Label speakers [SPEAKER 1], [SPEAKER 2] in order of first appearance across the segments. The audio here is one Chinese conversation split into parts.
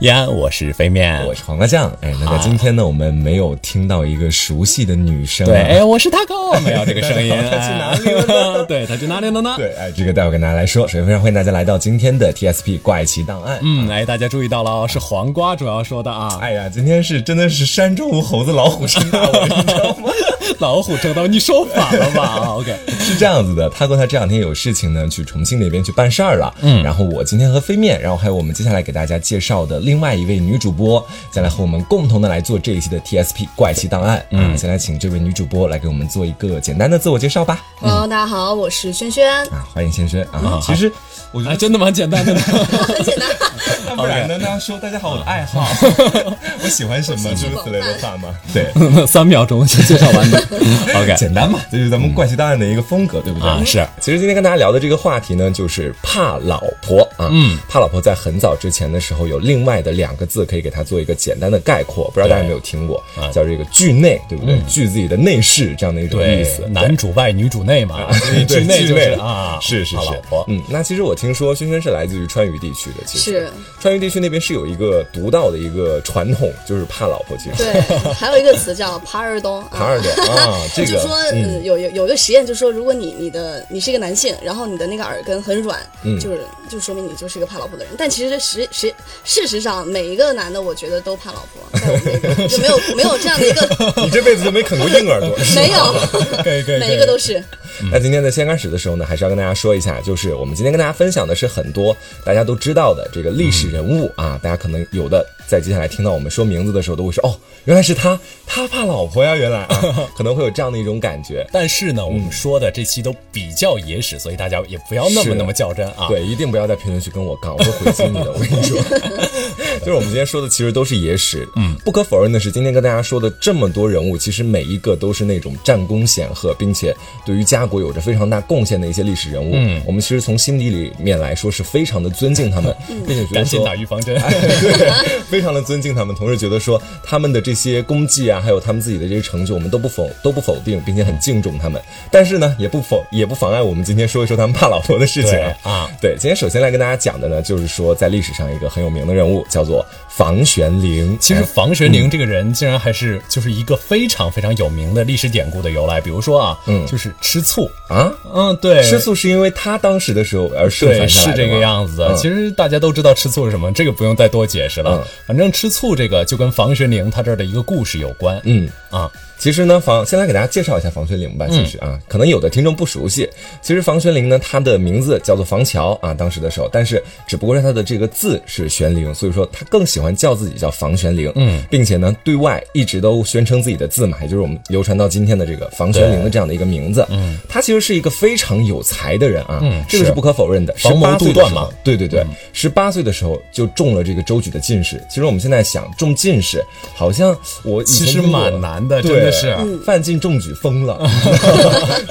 [SPEAKER 1] 呀，我是飞面。
[SPEAKER 2] 我是黄瓜酱，哎，那个今天呢，我们没有听到一个熟悉的女声、啊，
[SPEAKER 1] 对，哎，我是大狗，没有这个声音。
[SPEAKER 2] 他去哪里了呢
[SPEAKER 1] 对，他去哪里了呢？
[SPEAKER 2] 对，哎，这个待会儿跟大家来说。首先非常欢迎大家来到今天的 TSP 怪奇档案。
[SPEAKER 1] 嗯，哎，大家注意到了哦，是黄瓜主要说的啊。
[SPEAKER 2] 哎呀，今天是真的是山中无猴子，老虎生大王，你知道吗？
[SPEAKER 1] 老虎正道，你说反了吧 啊？OK，
[SPEAKER 2] 是这样子的，他哥他这两天有事情呢，去重庆那边去办事儿了。嗯，然后我今天和飞面，然后还有我们接下来给大家介绍的另外一位女主播，再来和我们共同的来做这一期的 TSP 怪奇档案。嗯，先来请这位女主播来给我们做一个简单的自我介绍吧。
[SPEAKER 3] Hello，大家好，我是轩轩，
[SPEAKER 2] 啊，欢迎先生啊。其实我觉
[SPEAKER 1] 哎，
[SPEAKER 2] 得，
[SPEAKER 1] 真的蛮简单的呢。
[SPEAKER 3] 很简单，
[SPEAKER 2] 要不然呢，大家说大家好，我的爱好， 我喜欢什么，诸如此类的话 嘛。对，
[SPEAKER 1] 三秒钟就介绍完的。OK，
[SPEAKER 2] 简单嘛，这就是咱们怪奇档案的一个风格，对不对？
[SPEAKER 1] 啊是。
[SPEAKER 2] 嗯其实今天跟大家聊的这个话题呢，就是怕老婆啊。嗯，怕老婆在很早之前的时候，有另外的两个字可以给它做一个简单的概括，不知道大家有没有听过，叫这个惧内，对不对？惧自己的内饰这样的一种意
[SPEAKER 1] 对
[SPEAKER 2] 思。，啊
[SPEAKER 1] 男主外女主内嘛，所以
[SPEAKER 2] 对
[SPEAKER 1] 剧内
[SPEAKER 2] 剧
[SPEAKER 1] 就是
[SPEAKER 2] 内
[SPEAKER 1] 啊，
[SPEAKER 2] 是是
[SPEAKER 1] 怕
[SPEAKER 2] 是，
[SPEAKER 1] 老婆。
[SPEAKER 2] 嗯，那其实我听说轩轩是来自于川渝地区的，其实
[SPEAKER 3] 是
[SPEAKER 2] 川渝地区那边是有一个独到的一个传统，就是怕老婆，其 实
[SPEAKER 3] 对，还有一个词叫耙耳东
[SPEAKER 2] 耙耳
[SPEAKER 3] 啊。
[SPEAKER 2] 朵 啊，这
[SPEAKER 3] 就
[SPEAKER 2] 个嗯
[SPEAKER 3] 说，呃有有有一个实验，就说如果你你的你是一个男性，然后你的那个耳根很软，
[SPEAKER 2] 嗯
[SPEAKER 3] 就是就说明你就是一个怕老婆的人。但其实实实事实上，每一个男的我觉得都怕老 婆，在我们这边就没有没有这样的一个
[SPEAKER 2] 你这辈子都没啃过硬耳朵，是吧
[SPEAKER 3] 没有，
[SPEAKER 1] 可以可以，
[SPEAKER 3] 每一个都是
[SPEAKER 2] 那今天在先开始的时候呢，还是要跟大家说一下，就是我们今天跟大家分享的是很多大家都知道的这个历史人物啊，大家可能有的在接下来听到我们说名字的时候，都会说哦，原来是他，他怕老婆呀，原来啊，可能会有这样的一种感觉。
[SPEAKER 1] 但是呢，我
[SPEAKER 2] 嗯
[SPEAKER 1] 们说的这期都比较野史，所以大家也不要那么
[SPEAKER 2] 是
[SPEAKER 1] 那么较真啊。
[SPEAKER 2] 对，一定不要在评论区跟我杠，我会回击你的。我跟 你说，就是我们今天说的其实都是野史。嗯，不可否认的是，今天跟大家说的这么多人物，其实每一个都是那种战功显赫，并且对于家国有着非常大贡献的一些历史人物。嗯，我们其实从心底里面来说是非常的尊敬他们，并且觉
[SPEAKER 1] 赶
[SPEAKER 2] 得
[SPEAKER 1] 紧
[SPEAKER 2] 说
[SPEAKER 1] 打预防 针。
[SPEAKER 2] 对， 非常的尊敬他们，同时觉得说他们的这些功绩啊，还有他们自己的这些成就，我们都不否都不否定，并且很敬重他们。但是呢，也不否也不妨碍我们今天说一说他们怕老婆的事情
[SPEAKER 1] 对啊。
[SPEAKER 2] 对，今天首先来跟大家讲的呢，就是说在历史上一个很有名的人物叫做房玄龄。
[SPEAKER 1] 其实房玄
[SPEAKER 2] 嗯
[SPEAKER 1] 龄这个人，竟然还是就是一个非常非常有名的历史典故的由来。比如说啊，嗯，就是吃醋，
[SPEAKER 2] 啊，
[SPEAKER 1] 嗯，对，
[SPEAKER 2] 吃醋是因为他当时的时候而顺
[SPEAKER 1] 对，
[SPEAKER 2] 反下
[SPEAKER 1] 是
[SPEAKER 2] 来的
[SPEAKER 1] 这个
[SPEAKER 2] 吗
[SPEAKER 1] 样子的。其实大家都知道吃醋是什么，这个不用再多解释了
[SPEAKER 2] 嗯。
[SPEAKER 1] 反正吃醋这个就跟房玄龄他这儿的一个故事有关。
[SPEAKER 2] 嗯
[SPEAKER 1] 啊，
[SPEAKER 2] 其实呢，房先来给大家介绍一下房玄龄吧。其实啊，可能有的听众不熟悉，其实房玄龄呢，他的名字叫做房乔啊，当时的时候，但是只不过是他的这个字是玄龄，所以说他更喜欢叫自己叫房玄龄。嗯，并且呢，对外一直都宣称自己的字嘛，也就是我们流传到今天的这个房玄龄的这样的一个名字。嗯，他其实是一个非常有才的人啊，嗯、这个
[SPEAKER 1] 是
[SPEAKER 2] 是不可否认的。
[SPEAKER 1] 房
[SPEAKER 2] 18
[SPEAKER 1] 谋
[SPEAKER 2] 岁
[SPEAKER 1] 杜
[SPEAKER 2] 的
[SPEAKER 1] 撰
[SPEAKER 2] 时
[SPEAKER 1] 嘛
[SPEAKER 2] 候对对对，十八岁的时候就中了这个周举的进士。其实我们现在想中进士，好像我以
[SPEAKER 1] 其
[SPEAKER 2] 前
[SPEAKER 1] 实
[SPEAKER 2] 听过
[SPEAKER 1] 蛮难的，真
[SPEAKER 2] 对
[SPEAKER 1] 的是。
[SPEAKER 2] 范进中举 疯了，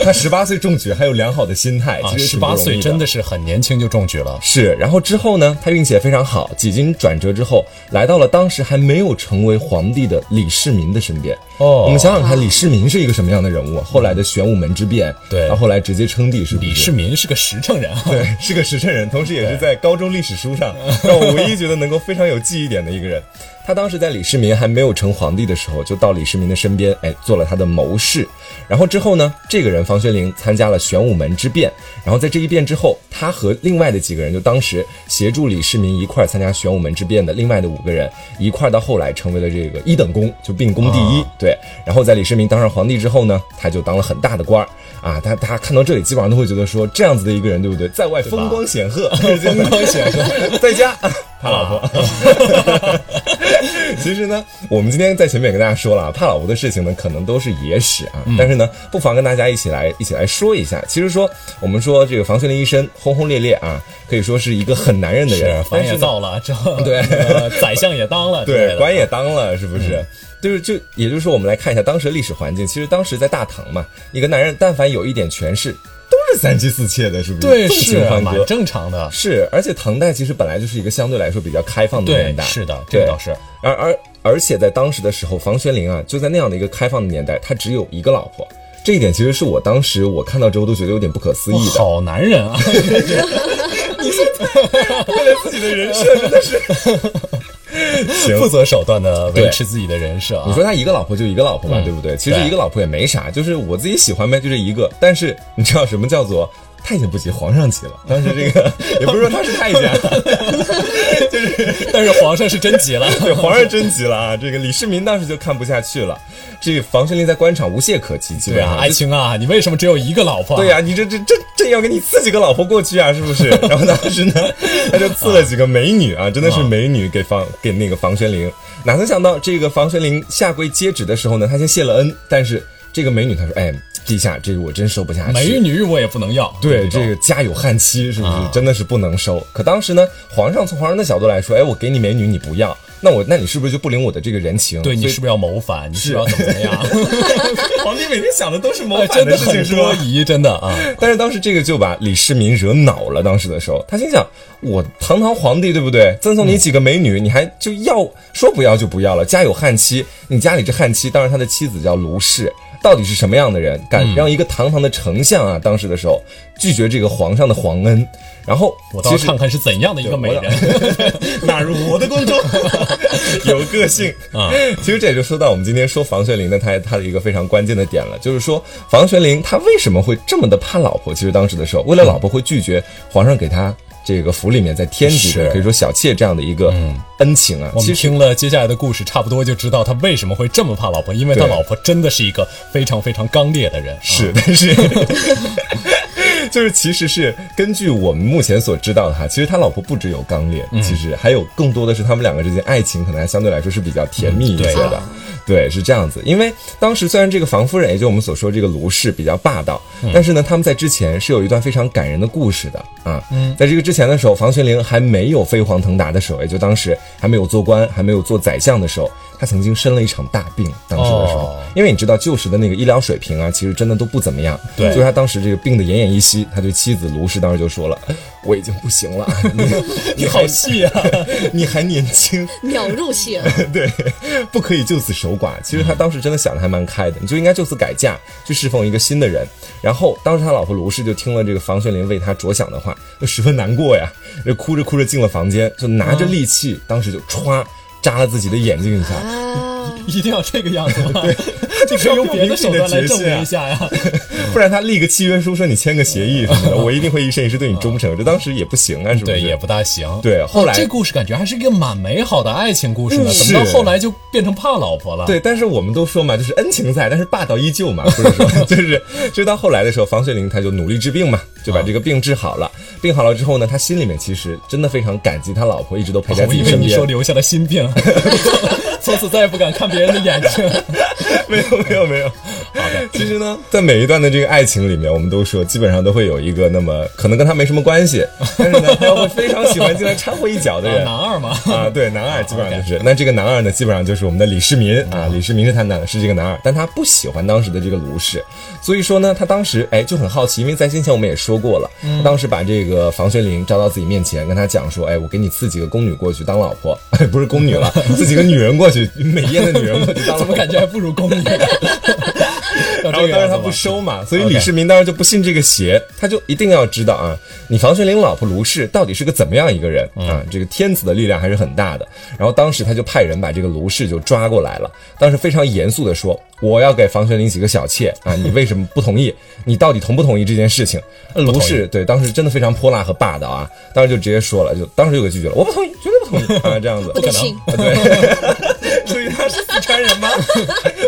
[SPEAKER 2] 他十八岁中举还有良好的心态，
[SPEAKER 1] 啊
[SPEAKER 2] 哎其，实
[SPEAKER 1] 十八岁真
[SPEAKER 2] 的。
[SPEAKER 1] 的是很年轻就中举了。
[SPEAKER 2] 是，然后之后呢，他运气也非常好，几经转折之后，来到了当时还没有成为皇帝的李世民的身边。
[SPEAKER 1] 哦
[SPEAKER 2] 我们想想看，李世民是一个什么样的人物啊？后来的玄武门之变，
[SPEAKER 1] 对
[SPEAKER 2] 然后后来直接称帝，是不是
[SPEAKER 1] 李世民是个实诚人啊，
[SPEAKER 2] 对，是个实诚人，同时也是在高中历史书上让我唯一觉得能够非常有记忆点的一个人。他当时在李世民还没有成皇帝的时候，就到李世民的身边，哎，做了他的谋士。然后之后呢，这个人房玄龄参加了玄武门之变，然后在这一变之后，他和另外的几个人，就当时协助李世民一块儿参加玄武门之变的另外的五个人，一块儿到后来成为了这个一等功，就并功第一。对，然后在李世民当上皇帝之后呢，他就当了很大的官儿啊。他他看到这里，基本上都会觉得说，这样子的一个人，对不对？在外风光显赫， 风光显赫， 啊在家怕老婆。 其实呢，我们今天在前面也跟大家说了啊，怕老婆的事情呢，可能都是野史啊，但是呢，不妨跟大家一起来一起来说一下。其实说我们说这个房玄龄一生轰轰烈烈啊，可以说是一个很男人的人
[SPEAKER 1] 是，
[SPEAKER 2] 但
[SPEAKER 1] 房
[SPEAKER 2] 是
[SPEAKER 1] 也
[SPEAKER 2] 呢
[SPEAKER 1] 造了，这
[SPEAKER 2] 对，
[SPEAKER 1] 呃宰相也当了之嗯类的，
[SPEAKER 2] 对，官也当了，是不是？就是就也就是说，我们来看一下当时的历史环境。其实当时在大唐嘛，一个男人但凡有一点权势，都是三妻四妾的，是不是？
[SPEAKER 1] 对，
[SPEAKER 2] 纵
[SPEAKER 1] 是啊
[SPEAKER 2] 情欢
[SPEAKER 1] 蛮
[SPEAKER 2] 歌。
[SPEAKER 1] 正常的。
[SPEAKER 2] 是，而且唐代其实本来就是一个相对来说比较开放的
[SPEAKER 1] 对
[SPEAKER 2] 年代，，
[SPEAKER 1] 是的，这个
[SPEAKER 2] 对
[SPEAKER 1] 倒是。
[SPEAKER 2] 而而而且在当时的时候，房玄龄啊，就在那样的一个开放的年代，他只有一个老婆。这一点其实是我当时我看到之后都觉得有点不可思
[SPEAKER 1] 哇
[SPEAKER 2] 议的。
[SPEAKER 1] 好男人 啊！
[SPEAKER 2] 为了自己的人设真的是。 行
[SPEAKER 1] 不择手段的维
[SPEAKER 2] 对
[SPEAKER 1] 持自己的人设啊。
[SPEAKER 2] 你说他一个老婆就一个老婆嘛，
[SPEAKER 1] 嗯
[SPEAKER 2] 对不对？其实
[SPEAKER 1] 对
[SPEAKER 2] 一个老婆也没啥，就是我自己喜欢呗，就这一个。但是你知道什么叫做太监不急皇上急了？当时 这个也不是说他是太监，啊
[SPEAKER 1] 但是皇上是真急了，
[SPEAKER 2] 对皇上真急了啊！这个李世民当时就看不下去了，这房玄龄在官场无懈可击，基
[SPEAKER 1] 对
[SPEAKER 2] 本
[SPEAKER 1] 啊，
[SPEAKER 2] 上
[SPEAKER 1] 爱
[SPEAKER 2] 就。
[SPEAKER 1] 卿啊，你为什么只有一个老婆？啊
[SPEAKER 2] 对呀、你这这这这要给你赐几个老婆过去啊，是不是？ 然后当时呢，他就赐了几个美女啊，真的是美女给房给那个房玄龄。哪曾想到这个房玄龄下跪接旨的时候呢，他先谢了恩，但是这个美女她说：“哎，陛下，这个我真收不下去。”
[SPEAKER 1] 美女我也不能要。
[SPEAKER 2] 对，
[SPEAKER 1] 种
[SPEAKER 2] 这个家有悍妻，是不是、
[SPEAKER 1] 啊
[SPEAKER 2] 真的是不能收？可当时呢，皇上从皇上的角度来说，哎，我给你美女你不要，那我那你是不是就不领我的这个人情？
[SPEAKER 1] 对，你
[SPEAKER 2] 所以
[SPEAKER 1] 是不是要谋反？你是不是要怎么样？
[SPEAKER 2] 皇帝每天想的都是谋
[SPEAKER 1] 哎
[SPEAKER 2] 反
[SPEAKER 1] 真
[SPEAKER 2] 的
[SPEAKER 1] 的
[SPEAKER 2] 事
[SPEAKER 1] 很
[SPEAKER 2] 情，是吧
[SPEAKER 1] 多？疑，真的啊。
[SPEAKER 2] 但是当时这个就把李世民惹恼了。当时的时候，他心想：我堂堂皇帝，对不对？赠送
[SPEAKER 1] 嗯
[SPEAKER 2] 你几个美女，你还就要说不要就不要了？家有悍妻，你家里这悍妻，当然他的妻子叫卢氏，到底是什么样的人，敢
[SPEAKER 1] 嗯
[SPEAKER 2] 让一个堂堂的丞相啊，当时的时候拒绝这个皇上的皇恩？然后
[SPEAKER 1] 我倒
[SPEAKER 2] 其
[SPEAKER 1] 要
[SPEAKER 2] 实
[SPEAKER 1] 看看是怎样的一个美人。
[SPEAKER 2] 纳入我的 宫中，有个性
[SPEAKER 1] 啊！
[SPEAKER 2] 其实这也就说到我们今天说房玄龄的他他的一个非常关键的点了，就是说房玄龄他为什么会这么的怕老婆？其实当时的时候，为了老婆会拒绝皇上给他这个府里面再添几个
[SPEAKER 1] 是嗯
[SPEAKER 2] 可以说小妾这样的一个恩情啊。
[SPEAKER 1] 我
[SPEAKER 2] 其
[SPEAKER 1] 们
[SPEAKER 2] 实
[SPEAKER 1] 听了接下来的故事，差不多就知道他为什么会这么怕老婆，因为他
[SPEAKER 2] 对
[SPEAKER 1] 老婆真的是一个非常非常刚烈的人。啊，
[SPEAKER 2] 是，但是就是其实是根据我们目前所知道的哈，其实他老婆不只有刚烈，其实还有更多的是他们两个之间爱情可能还相对来说是比较甜蜜一些的。对，是这样子。因为当时虽然这个房夫人，也就我们所说这个卢氏比较霸道，但是呢，他们在之前是有一段非常感人的故事的啊。在这个之前的时候，房玄龄还没有飞黄腾达的时候，也就当时还没有做官，还没有做宰相的时候，他曾经生了一场大病。当时的时候，
[SPEAKER 1] 哦
[SPEAKER 2] 因为你知道旧时的那个医疗水平啊，其实真的都不怎么样。
[SPEAKER 1] 对
[SPEAKER 2] 所以他当时这个病的奄奄一息，他对妻子卢氏当时就说了：“ 我已经不行了， 你你
[SPEAKER 1] 你好细啊！
[SPEAKER 2] 你还年轻，
[SPEAKER 3] 秒入戏了。
[SPEAKER 2] 对，不可以就此守寡。其实他当时真的想的还蛮开的，你就应该就此改嫁，去侍奉一个新的人。然后当时他老婆卢氏就听了这个房玄龄为他着想的话，就十分难过呀，就哭着哭着进了房间，就拿着利器，当时就歘扎了自己的眼睛一下。
[SPEAKER 3] 啊，
[SPEAKER 1] 一定要这个样子 吗？
[SPEAKER 2] 就
[SPEAKER 1] 你
[SPEAKER 2] 是
[SPEAKER 1] 可
[SPEAKER 2] 要
[SPEAKER 1] 以用别
[SPEAKER 2] 表明
[SPEAKER 1] 的
[SPEAKER 2] 自
[SPEAKER 1] 手
[SPEAKER 2] 己的
[SPEAKER 1] 段来
[SPEAKER 2] 决
[SPEAKER 1] 证
[SPEAKER 2] 心啊
[SPEAKER 1] 明一下呀。
[SPEAKER 2] 不然他立个契约书说你签个协议什么的，我一定会一生一世对你忠诚。这当时也不行啊，是不是？
[SPEAKER 1] 对，也不大行。
[SPEAKER 2] 对后来
[SPEAKER 1] 哦这故事感觉还是一个蛮美好的爱情故事呢，
[SPEAKER 2] 嗯
[SPEAKER 1] 怎么
[SPEAKER 2] 是
[SPEAKER 1] 到后来就变成怕老婆了？
[SPEAKER 2] 对，但是我们都说嘛，就是恩情在，但是霸道依旧嘛，不是 说就是，就是到后来的时候，房玄龄他就努力治病嘛，就
[SPEAKER 1] 哦
[SPEAKER 2] 把这个病治好了。病好了之后呢，他心里面其实真的非常感激他老婆一直都陪在
[SPEAKER 1] 我
[SPEAKER 2] 自
[SPEAKER 1] 以
[SPEAKER 2] 己
[SPEAKER 1] 为
[SPEAKER 2] 身
[SPEAKER 1] 哦你
[SPEAKER 2] 边
[SPEAKER 1] 说。留下了心病， 从此再也不敢看别人的眼睛。
[SPEAKER 2] 没有没有没有，好的。其实呢，在每一段的这个爱情里面，我们都说基本上都会有一个那么可能跟他没什么关系，但是呢，他又会非常喜欢进来掺和一脚的 人
[SPEAKER 1] 男。二嘛，
[SPEAKER 2] 啊，对，男二基本上就是。那这个男二呢，基本上就是我们的李世民啊，李世民是他男，是这个男二，但他不喜欢当时的这个卢氏，所以说呢，他当时哎就很好奇，因为在先前我们也说过了，
[SPEAKER 1] 嗯
[SPEAKER 2] 他当时把这个房玄龄招到自己面前，跟他讲说，哎，我给你赐几个宫女过去当老婆， 哎，不是宫女 了，赐几个女人过去，美艳的女人过去当老
[SPEAKER 1] 怎么
[SPEAKER 2] 婆。
[SPEAKER 1] 感觉还不如宫 女？然
[SPEAKER 2] 然后当时他不收嘛，所以李
[SPEAKER 1] OK
[SPEAKER 2] 世民当时就不信这个邪，他就一定要知道啊，你房玄龄老婆卢氏到底是个怎么样一个人啊？这个天子的力量还是很大的。然后当时他就派人把这个卢氏就抓过来了，当时非常严肃的说：“我要给房玄龄几个小妾啊，你为什么不同意？你到底同不同意这件事情？”卢氏对当时真的非常泼辣和霸道啊，当时就直接说了，就当时就给拒绝了，我不同意，绝对不同意啊，这样子
[SPEAKER 3] 不得信，
[SPEAKER 2] 所以他是四川 人吗？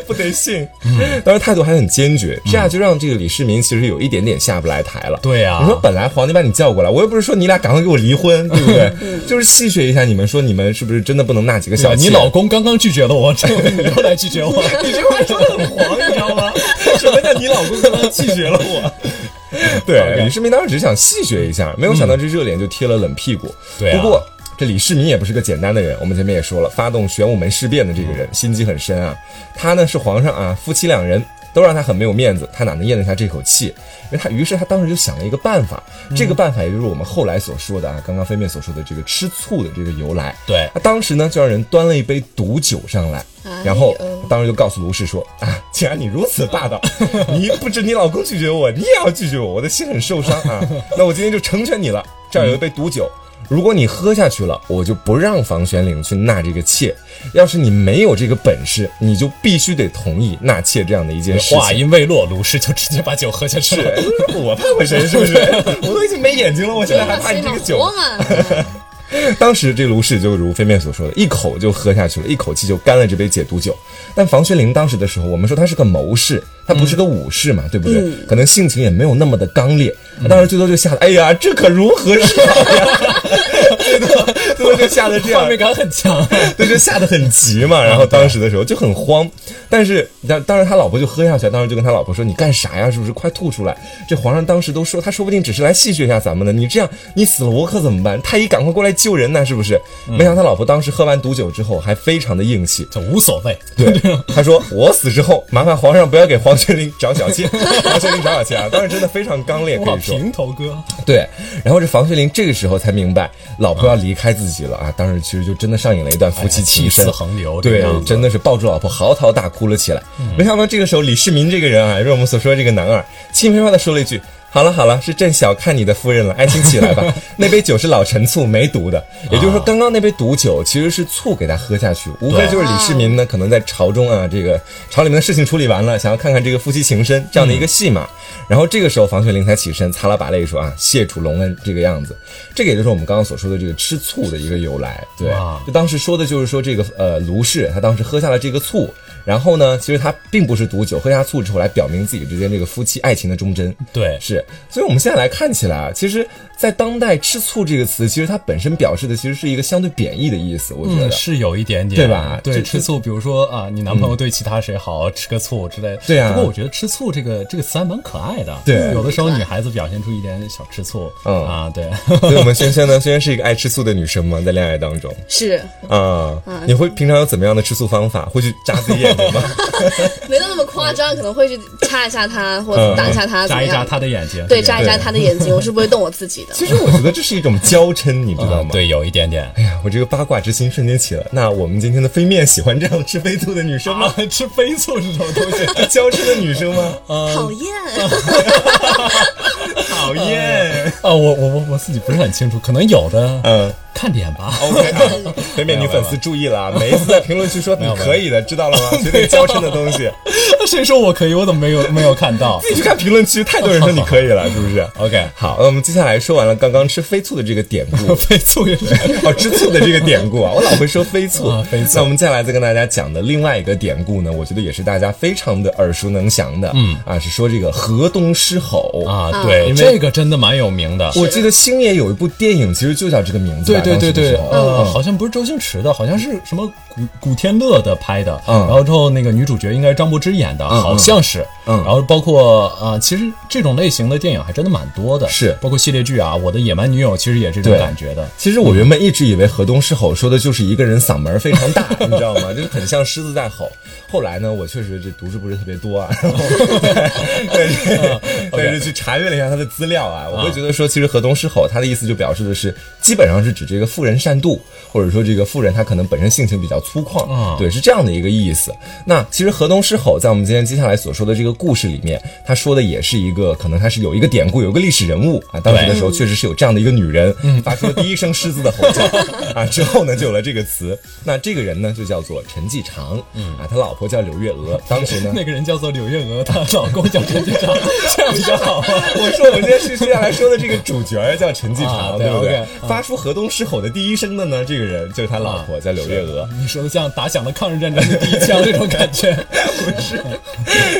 [SPEAKER 2] 不得信。
[SPEAKER 1] 嗯
[SPEAKER 2] 当时态度还很坚决，这样就让这个李世民其实有一点点下不来台了。
[SPEAKER 1] 对啊
[SPEAKER 2] 你说本来皇帝把你叫过来，我又不是说你俩赶快给我离婚，对不
[SPEAKER 1] 嗯
[SPEAKER 2] 对？就是戏谑一下你们，说你们是不是真的不能纳几个小妾？
[SPEAKER 1] 你老公刚刚拒绝了我，这回你又来拒绝 我，你这话说的很黄，你知道吗？
[SPEAKER 2] 什么叫你老公刚刚拒绝了我？ 对，李世民当时只想戏谑一下，没有想到这热脸就贴了冷屁股。
[SPEAKER 1] 对啊
[SPEAKER 2] 不过这李世民也不是个简单的人，我们前面也说了，发动玄武门事变的这个人心机很深啊。他呢是皇上啊，夫妻两人。都让他很没有面子，他哪能咽得下这口气？因为他，于是他当时就想了一个办法，这个办法也就是我们后来所说的啊，刚刚飞面所说的这个吃醋的这个由来。
[SPEAKER 1] 对
[SPEAKER 2] 他当时呢就让人端了一杯毒酒上来，
[SPEAKER 3] 啊
[SPEAKER 2] 然后
[SPEAKER 3] 哎呦
[SPEAKER 2] 当时就告诉卢氏说：“啊，既然你如此霸 道，你不止你老公拒绝我，你也要拒绝我，我的心很受伤 啊。那我今天就成全你了，这儿有一杯毒酒。如果你喝下去了，我就不让房玄龄去纳这个妾。要是你没有这个本事，你就必须得同意纳妾这样的一件事
[SPEAKER 1] 话
[SPEAKER 2] 情。
[SPEAKER 1] 音未落，卢氏就直接把酒喝下去了。
[SPEAKER 2] 是， 我怕过谁？是不是？我都已经没眼睛了，我现在还怕你这个酒
[SPEAKER 3] 活。嘛，
[SPEAKER 2] 当时这卢氏就如飞面所说的，一口就喝下去了，一口气就干了这杯解毒酒。但房玄龄当时的时候，我们说他是个谋士，他不是个武士嘛，对不对？可能性情也没有那么的刚烈，当时最多就吓得，哎呀，这可如何是好呀？ 最多最多就吓得这样
[SPEAKER 1] 画，面感很强，
[SPEAKER 2] 对，就吓得很急嘛。然后当时的时候就很慌，但是当当时他老婆就喝下去了，当时就跟他老婆说：“你干啥呀？是不是快吐出来？”这皇上当时都说，他说不定只是来戏谑一下咱们的。你这样，你死了我可怎么办？太医赶快过来救人呐，是不是？没想到他老婆当时喝完毒酒之后还非常的硬气，
[SPEAKER 1] 就无所谓。
[SPEAKER 2] 对，他说我死之后，麻烦皇上不要给黄泉龄找小妾，黄泉龄找小妾啊！当时真的非 常刚烈，可
[SPEAKER 1] 哇，
[SPEAKER 2] 以说。
[SPEAKER 1] 平头哥，
[SPEAKER 2] 对，然后这房玄龄这个时候才明白老婆要离开自己了啊！当时其实就真的上演了一段夫妻情
[SPEAKER 1] 哎呀
[SPEAKER 2] 深
[SPEAKER 1] 血丝横流这
[SPEAKER 2] 对
[SPEAKER 1] 样，嗯子
[SPEAKER 2] 真的是抱住老婆嚎啕大哭了起来。没想到这个时候李世民这个人啊，也是我们所说的这个男二，轻飘飘的说了一句。好了好了，是朕小看你的夫人了，爱卿起来吧。 那杯酒是老陈醋，没毒的。也就是说，
[SPEAKER 1] 啊
[SPEAKER 2] 刚刚那杯毒酒其实是醋给他喝下去，无非就是李世民呢，可能在朝中啊，这个朝里面的事情处理完了，想要看看这个夫妻情深这样的一个戏码。然后这个时候，房玄龄才起身，擦了把泪说啊，谢主隆恩这个样子。这个也就是我们刚刚所说的这个吃醋的一个由来。对
[SPEAKER 1] 哇，
[SPEAKER 2] 就当时说的就是说这个呃卢氏，他当时喝下了这个醋，然后呢，其实他并不是毒酒，喝下醋之后来表明自己之间这个夫妻爱情的忠贞。
[SPEAKER 1] 对，
[SPEAKER 2] 是，所以我们现在来看起来啊，其实，在当代“吃醋”这个词，其实它本身表示的其实是一个相对贬义的意思，我觉得。
[SPEAKER 1] 嗯，是有一点点，
[SPEAKER 2] 对吧
[SPEAKER 1] 对，
[SPEAKER 2] 这
[SPEAKER 1] 吃醋，比如说啊，你男朋友对其他谁好，吃个醋之类的。
[SPEAKER 2] 对啊
[SPEAKER 1] 不过我觉得吃醋这个这个词还蛮可爱的。
[SPEAKER 2] 对
[SPEAKER 1] 有的时候女孩子表现出一点小吃醋，
[SPEAKER 2] 嗯
[SPEAKER 1] 啊，对，
[SPEAKER 2] 所以我们萱萱呢，萱萱是一个爱吃醋的女生嘛，在恋爱当中
[SPEAKER 3] 是
[SPEAKER 2] 啊，你会平常有怎么样的吃醋方法？会去扎自己眼 睛吗？
[SPEAKER 3] 没到那么夸
[SPEAKER 2] 嗯
[SPEAKER 3] 张，可能会去掐一下他，或者打一下他，怎
[SPEAKER 1] 扎
[SPEAKER 3] 么
[SPEAKER 1] 一扎
[SPEAKER 3] 样？
[SPEAKER 1] 她的眼睛，
[SPEAKER 3] 对，
[SPEAKER 1] 这个
[SPEAKER 3] 扎一扎他的眼睛，我是不会动我自己的。
[SPEAKER 2] 其实我觉得这是一种娇嗔，你知道
[SPEAKER 1] 嗯
[SPEAKER 2] 吗？
[SPEAKER 1] 对，有一点点。
[SPEAKER 2] 哎呀，我这个八卦之心瞬间起了。那我们今天的飞面喜欢这样吃飞醋的女生吗？
[SPEAKER 1] 啊， 吃飞醋是什么东 西？
[SPEAKER 2] 娇嗔的女生吗？
[SPEAKER 3] 讨厌，
[SPEAKER 2] 讨厌。
[SPEAKER 1] 啊，我我我我自己不是很清楚，可能有的，
[SPEAKER 2] 嗯
[SPEAKER 1] 看脸吧。
[SPEAKER 2] OK，好 飞面女粉丝注意了，啊，每一次在评论区说你可以的，知道了吗？绝对娇嗔的东 西。
[SPEAKER 1] 谁说我可以？我怎么没有没有看到
[SPEAKER 2] 自己去看评论区，太多人说你可以了，是不是？
[SPEAKER 1] ？OK，，
[SPEAKER 2] 好，那我们接下来说完了刚刚吃飞醋的这个典 故
[SPEAKER 1] 飞醋也 是。
[SPEAKER 2] 哦，吃醋的这个典故啊，我老会说飞醋。
[SPEAKER 1] 啊飞醋
[SPEAKER 2] 那我们接下来再跟大家讲的另外一个典故呢，我觉得也是大家非常的耳熟能详的，嗯啊，是说这个河东狮吼。
[SPEAKER 3] 嗯
[SPEAKER 1] 啊，对，
[SPEAKER 2] 因为
[SPEAKER 1] 这个真的蛮有名的。
[SPEAKER 2] 我记得星爷有一部电影，其实就叫这个名字
[SPEAKER 1] 对对对
[SPEAKER 2] 吧。当时的
[SPEAKER 1] 对，
[SPEAKER 2] 时候
[SPEAKER 1] 呃，好像不是周星驰的，好像是什么古古天乐的拍的。
[SPEAKER 2] 嗯
[SPEAKER 1] 然后之后那个女主角应该是张柏芝演的，好像是。
[SPEAKER 2] 嗯
[SPEAKER 1] 然后包括呃，其实这种类型的电影还真的蛮多的，
[SPEAKER 2] 是
[SPEAKER 1] 包括系列剧啊，《我的野蛮女友》其实也是这种
[SPEAKER 2] 对
[SPEAKER 1] 感觉的。
[SPEAKER 2] 其实我原本一直以为河东狮吼说的就是一个人嗓门非常大，你知道吗？就是很像狮子在吼。后来呢，我确实这读书不是特别多啊，然后但是但是去查阅了一下他的资料啊，我会觉得说，其实河东狮吼它的意思就表示的是，基本上是指这个妇人善妒，或者说这个妇人她可能本身性情比较粗犷，
[SPEAKER 1] 啊
[SPEAKER 2] 对，是这样的一个意思。那其实河东狮吼在我们今天接下来所说的这个故事里面，他说的也是一个可能他是有一个典故，有一个历史人物啊，当时的时候确实是有这样的一个女人，
[SPEAKER 1] 嗯
[SPEAKER 2] 发出了第一声狮子的吼叫啊，之后呢就有了这个词。那这个人呢就叫做陈继常，啊，他老婆叫柳月娥，当时呢
[SPEAKER 1] 嗯。那个人叫做柳叶娥，她老公叫陈俊章，这样比较 好啊。
[SPEAKER 2] 我说我们今天是接下来说的这个主角儿叫陈继常，
[SPEAKER 1] 啊对
[SPEAKER 2] 对不对
[SPEAKER 1] OK，
[SPEAKER 2] 发出河东狮吼的第一声的呢，这个人就是他老婆，叫柳月娥。
[SPEAKER 1] 你啊说的像打响了抗日战争的第一枪这种感 觉。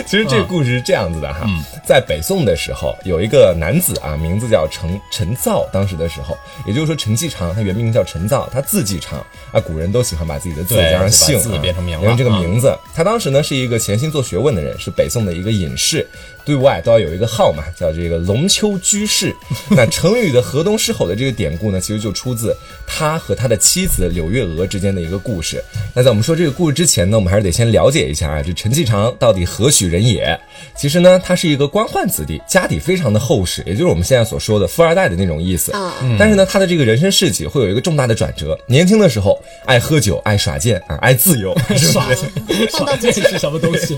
[SPEAKER 2] 其实这
[SPEAKER 1] 啊
[SPEAKER 2] 个故事是这样子的哈，
[SPEAKER 1] 嗯
[SPEAKER 2] 在北宋的时候，有一个男子啊，名字叫陈陈造，当时的时候，也就是说陈继常，他原名叫陈造，他字继常啊，古人都喜欢把自己的字
[SPEAKER 1] 对
[SPEAKER 2] 加上
[SPEAKER 1] 就把
[SPEAKER 2] 姓啊，
[SPEAKER 1] 字变成名了
[SPEAKER 2] 因为这个
[SPEAKER 1] 啊
[SPEAKER 2] 名字。他当时呢是一个潜心做学问的人，是北宋的一个隐士，对外都要有一个号嘛，叫这个龙丘居士。那成语的河东狮吼的这个典故呢，其实就出自子，他和他的妻子柳月娥之间的一个故事。那在我们说这个故事之前呢，我们还是得先了解一下啊，这陈继常到底何许人也？其实呢，他是一个官宦子弟，家底非常的厚实，也就是我们现在所说的富二代的那种意思。
[SPEAKER 3] 啊
[SPEAKER 2] 但是呢，他的这个人生事迹会有一个重大的转折。年轻的时候爱喝酒，爱耍剑啊，爱自由，是吧？
[SPEAKER 1] 耍
[SPEAKER 3] 放到
[SPEAKER 1] 这是什么东西？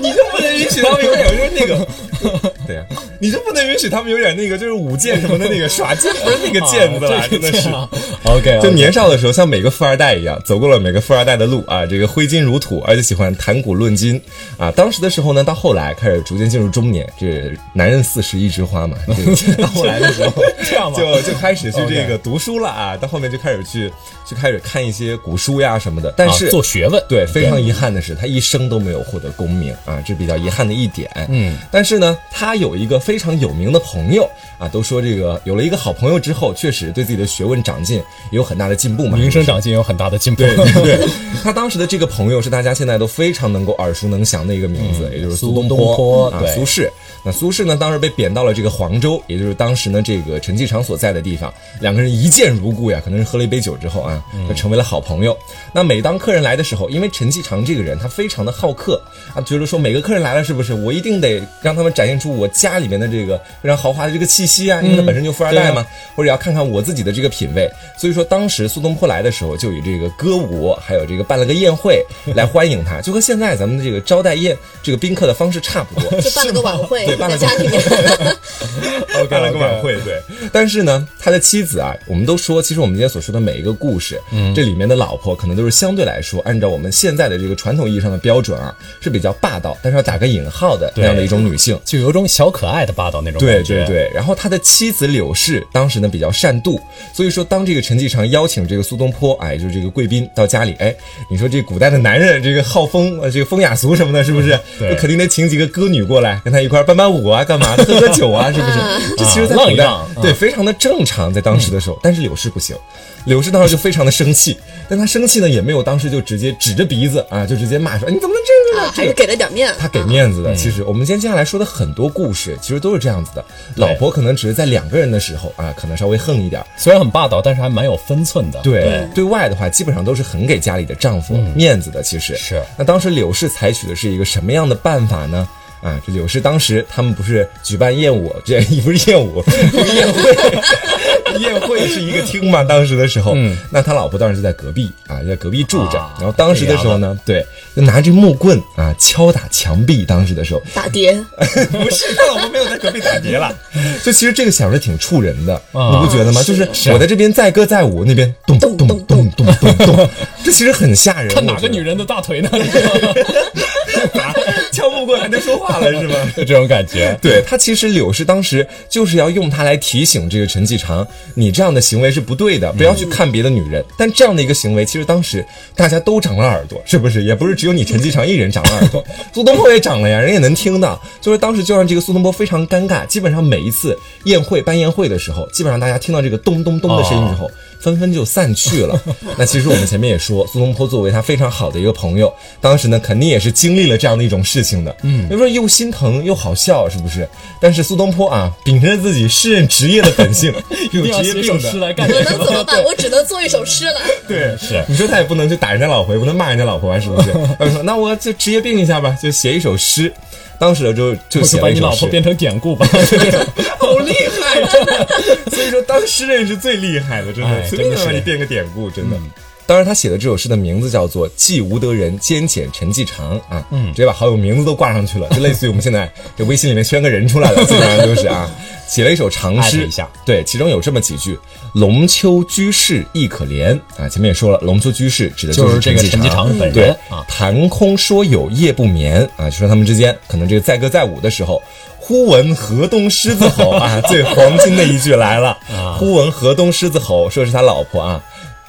[SPEAKER 2] 你就不能允许他们有点就是那个，对呀、你就不能允许他们有点那个就是舞剑什么的那个耍剑不是那个 剑字
[SPEAKER 1] 啊哦
[SPEAKER 2] 啦，真的是。
[SPEAKER 1] OK，
[SPEAKER 2] 就年少的时候，像每个富二代一样，走过了每个富二代的路啊，这个挥金如土，而且喜欢谈古论今啊。当时的时候呢，到后来开始逐渐进入中年，这男人四十一枝花嘛，这个到后来的时候，
[SPEAKER 1] 这样吧
[SPEAKER 2] 就就开始去这
[SPEAKER 1] OK
[SPEAKER 2] 个读书了啊，到后面就开始去去开始看一些古书呀什么的，但是、
[SPEAKER 1] 啊做学问，
[SPEAKER 2] 对，非常遗憾的是，他一生都没有获得功名啊，这比较遗憾的一点。
[SPEAKER 1] 嗯，
[SPEAKER 2] 但是呢，他有一个非常有名的朋友啊，都说这个有了一个好朋友之后，确实对自己的学问长进也有很大的进步嘛。
[SPEAKER 1] 名声长进有很大的进步。
[SPEAKER 2] 对对对， 他当时的这个朋友是大家现在都非常能够耳熟能详的一个名字，也就是苏东
[SPEAKER 1] 嗯苏东坡
[SPEAKER 2] 啊，
[SPEAKER 1] 对
[SPEAKER 2] 苏轼。那苏轼呢，当时被贬到了这个黄州，也就是当时呢这个陈继常所在的地方。两个人一见如故呀，可能是喝了一杯酒之后啊，
[SPEAKER 1] 嗯
[SPEAKER 2] 就成为了好朋友。那每当客人来的时候，因为陈继常这个人他非常的好客啊，觉得说每个客人来了是不是我一定得让他们展现出我家里面的这个非常豪华的这个气息啊，
[SPEAKER 1] 嗯
[SPEAKER 2] 因为他本身就富二代嘛，或者要看看我自己的这个品味。所以说当时苏东坡来的时候，就以这个歌舞，还有这个办了个宴会来欢迎他，就和现在咱们的这个招待宴这个宾客的方式差不多。
[SPEAKER 3] 就办了个晚会
[SPEAKER 2] 对，办了
[SPEAKER 3] 在
[SPEAKER 2] 个
[SPEAKER 3] 家里面，
[SPEAKER 1] OK，
[SPEAKER 2] 办了个晚会，对。但是呢，他的妻子啊，我们都说，其实我们今天所说的每一个故事，这里面的老婆可能都是相对来说，按照我们现在的这个传统意义上的标准啊，是比较霸道，但是要打个引号的那样的一种女性。
[SPEAKER 1] 就有种小可爱的霸道那种
[SPEAKER 2] 对
[SPEAKER 1] 感觉。
[SPEAKER 2] 对对，然后他的妻子柳氏当时呢比较善妒，所以说当这个陈继常邀请这个苏东坡，哎，就是这个贵宾到家里，哎，你说这古代的男人这个好风，呃，这个风雅俗什么的，是不是？
[SPEAKER 1] 嗯对
[SPEAKER 2] 那肯定得请几个歌女过来跟他一块儿伴伴舞啊，干嘛的喝喝酒啊，是不是？ 这其实在
[SPEAKER 1] 浪
[SPEAKER 2] 古
[SPEAKER 1] 一
[SPEAKER 2] 代
[SPEAKER 1] 浪嗯
[SPEAKER 2] 对非常的正常，在当时的时候，但是柳氏不行，柳氏当时就非常的生气，但她生气呢也没有当时就直接指着鼻子啊，就直接骂说，哎，你怎么能这样
[SPEAKER 3] 啊
[SPEAKER 2] 呢？
[SPEAKER 3] 还是给了点面。
[SPEAKER 2] 他给面子的。其实我们今天接下来说的很多故事，其实都是这样子的。老婆可能只是在两个人的时候啊，可能稍微横一点儿。
[SPEAKER 1] 虽然很霸道，但是还蛮有分寸的。
[SPEAKER 2] 对，对外的话，基本上都是很给家里的丈夫面子的。其实
[SPEAKER 1] 是
[SPEAKER 2] 那当时柳氏采取的是一个什么样的办法呢？啊，这柳氏当时他们不是举办宴舞，这 不是宴舞，这个宴会，宴会是一个厅嘛。当时的时候，那他老婆当时就在隔壁啊，在隔壁住着。
[SPEAKER 1] 啊
[SPEAKER 2] 然后当时的时候呢，对，就拿着木棍啊敲打墙壁。当时的时候，
[SPEAKER 3] 打碟，
[SPEAKER 2] 不是，他老婆没有在隔壁打碟了。 就其实这个想着挺触人的，
[SPEAKER 1] 啊
[SPEAKER 2] 你不觉得吗？就是我在这边载歌载舞，那边咚咚
[SPEAKER 3] 咚
[SPEAKER 2] 咚
[SPEAKER 3] 咚
[SPEAKER 2] 咚咚咚咚，这其实很吓 人。
[SPEAKER 1] 看哪
[SPEAKER 2] 我觉
[SPEAKER 1] 个
[SPEAKER 2] 得
[SPEAKER 1] 女人的大腿呢？
[SPEAKER 2] 敲不过还能说话了是吗？
[SPEAKER 1] 就 这种感觉。
[SPEAKER 2] 对他，其实柳氏当时就是要用它来提醒这个陈继常，你这样的行为是不对的，不要去看别的女人。但这样的一个行为，其实当时大家都长了耳朵，是不是？也不是只有你陈继常一人长了耳朵，苏东坡也长了呀，人也能听到。就是当时就让这个苏东坡非常尴尬，基本上每一次宴会办宴会的时候，基本上大家听到这个咚咚咚的声音之后。纷纷就散去 了。那其实我们前面也说，苏东坡作为他非常好的一个朋友，当时呢肯定也是经历了这样的一种事情的。嗯，就说又心疼又好笑，是不是？但是苏东坡啊，秉承着自己诗人职业的 本性，有
[SPEAKER 1] 一定要
[SPEAKER 2] 职
[SPEAKER 1] 写
[SPEAKER 2] 业
[SPEAKER 1] 首
[SPEAKER 2] 病
[SPEAKER 1] 诗
[SPEAKER 2] 的，
[SPEAKER 1] 来干
[SPEAKER 3] 我
[SPEAKER 1] 点什
[SPEAKER 3] 能
[SPEAKER 1] 么？
[SPEAKER 3] 怎么办？我只能做一首诗了。
[SPEAKER 2] 对，
[SPEAKER 1] 嗯是
[SPEAKER 2] 你说他也不能去打人家老婆，也不能骂人家老婆啊，是不是？他 就说那我就职业病一下吧，就写一首诗。当时呢就
[SPEAKER 1] 我
[SPEAKER 2] 就
[SPEAKER 1] 就
[SPEAKER 2] 写
[SPEAKER 1] 把
[SPEAKER 2] 了一
[SPEAKER 1] 你
[SPEAKER 2] 首
[SPEAKER 1] 老婆
[SPEAKER 2] 诗。
[SPEAKER 1] 变成典故吧。
[SPEAKER 2] 好厉害，真的。所以说，当诗人是最厉害的，真
[SPEAKER 1] 哎
[SPEAKER 2] 的，随便
[SPEAKER 1] 真的
[SPEAKER 2] 让
[SPEAKER 1] 是
[SPEAKER 2] 你变个典故，真的。当然，他写的这首诗的名字叫做《既无得人，兼遣陈继常》啊，嗯，直接把好友名字都挂上 去了，就类似于我们现在这微信里面圈个人出来 了，基本上就是啊，写了一首长
[SPEAKER 1] 艾
[SPEAKER 2] 诗
[SPEAKER 1] 特一下，
[SPEAKER 2] 对，其中有这么几句：“龙丘居士亦可怜啊。”前面也说了，龙丘居士指的
[SPEAKER 1] 就是
[SPEAKER 2] 是
[SPEAKER 1] 这个陈继
[SPEAKER 2] 继
[SPEAKER 1] 常
[SPEAKER 2] 常
[SPEAKER 1] 本
[SPEAKER 2] 对
[SPEAKER 1] 人啊，
[SPEAKER 2] 谈空说有夜不眠啊，就说他们之间可能这个载歌载舞的时候，忽闻河东狮子吼啊，最黄金的一句来了，
[SPEAKER 1] 啊
[SPEAKER 2] 忽闻河东狮子吼，说是他老婆啊。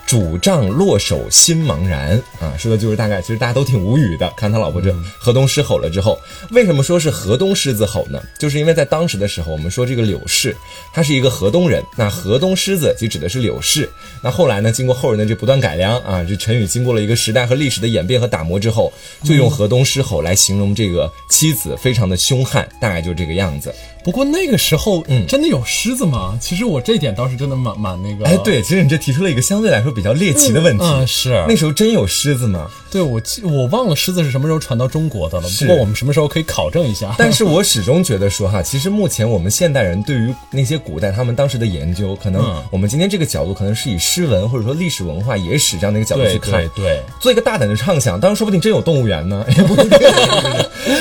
[SPEAKER 2] 拄杖落手心茫然啊，说的就是大概，其实大家都挺无语的。看他老婆这河东狮吼了之后，为什么说是河东狮子吼呢？就是因为在当时的时候，我们说这个柳氏，他是一个河东人，那河东狮子就指的是柳氏。那后来呢，经过后人的这不断改良啊，这成语经过了一个时代和历史的演变和打磨之后，就用河东狮吼来形容这个妻子非常的凶悍，大概就这个样子。
[SPEAKER 1] 不过那个时候，
[SPEAKER 2] 嗯
[SPEAKER 1] 真的有狮子吗？其实我这点倒是真的蛮蛮那个。
[SPEAKER 2] 哎，对，其实你这提出了一个相对来说比较猎奇的问题。
[SPEAKER 1] 嗯，是
[SPEAKER 2] 那时候真有狮子吗？
[SPEAKER 1] 对我记我忘了狮子是什么时候传到中国的了。
[SPEAKER 2] 是
[SPEAKER 1] 不过我们什么时候可以考证一下？
[SPEAKER 2] 但是我始终觉得说哈，其实目前我们现代人对于那些古代他们当时的研究，可能
[SPEAKER 1] 嗯
[SPEAKER 2] 我们今天这个角度，可能是以诗文或者说历史文化野史这样的一个角度去
[SPEAKER 1] 对
[SPEAKER 2] 看。
[SPEAKER 1] 对对，
[SPEAKER 2] 做一个大胆的畅想，当然说不定真有动物园呢， 也不一定。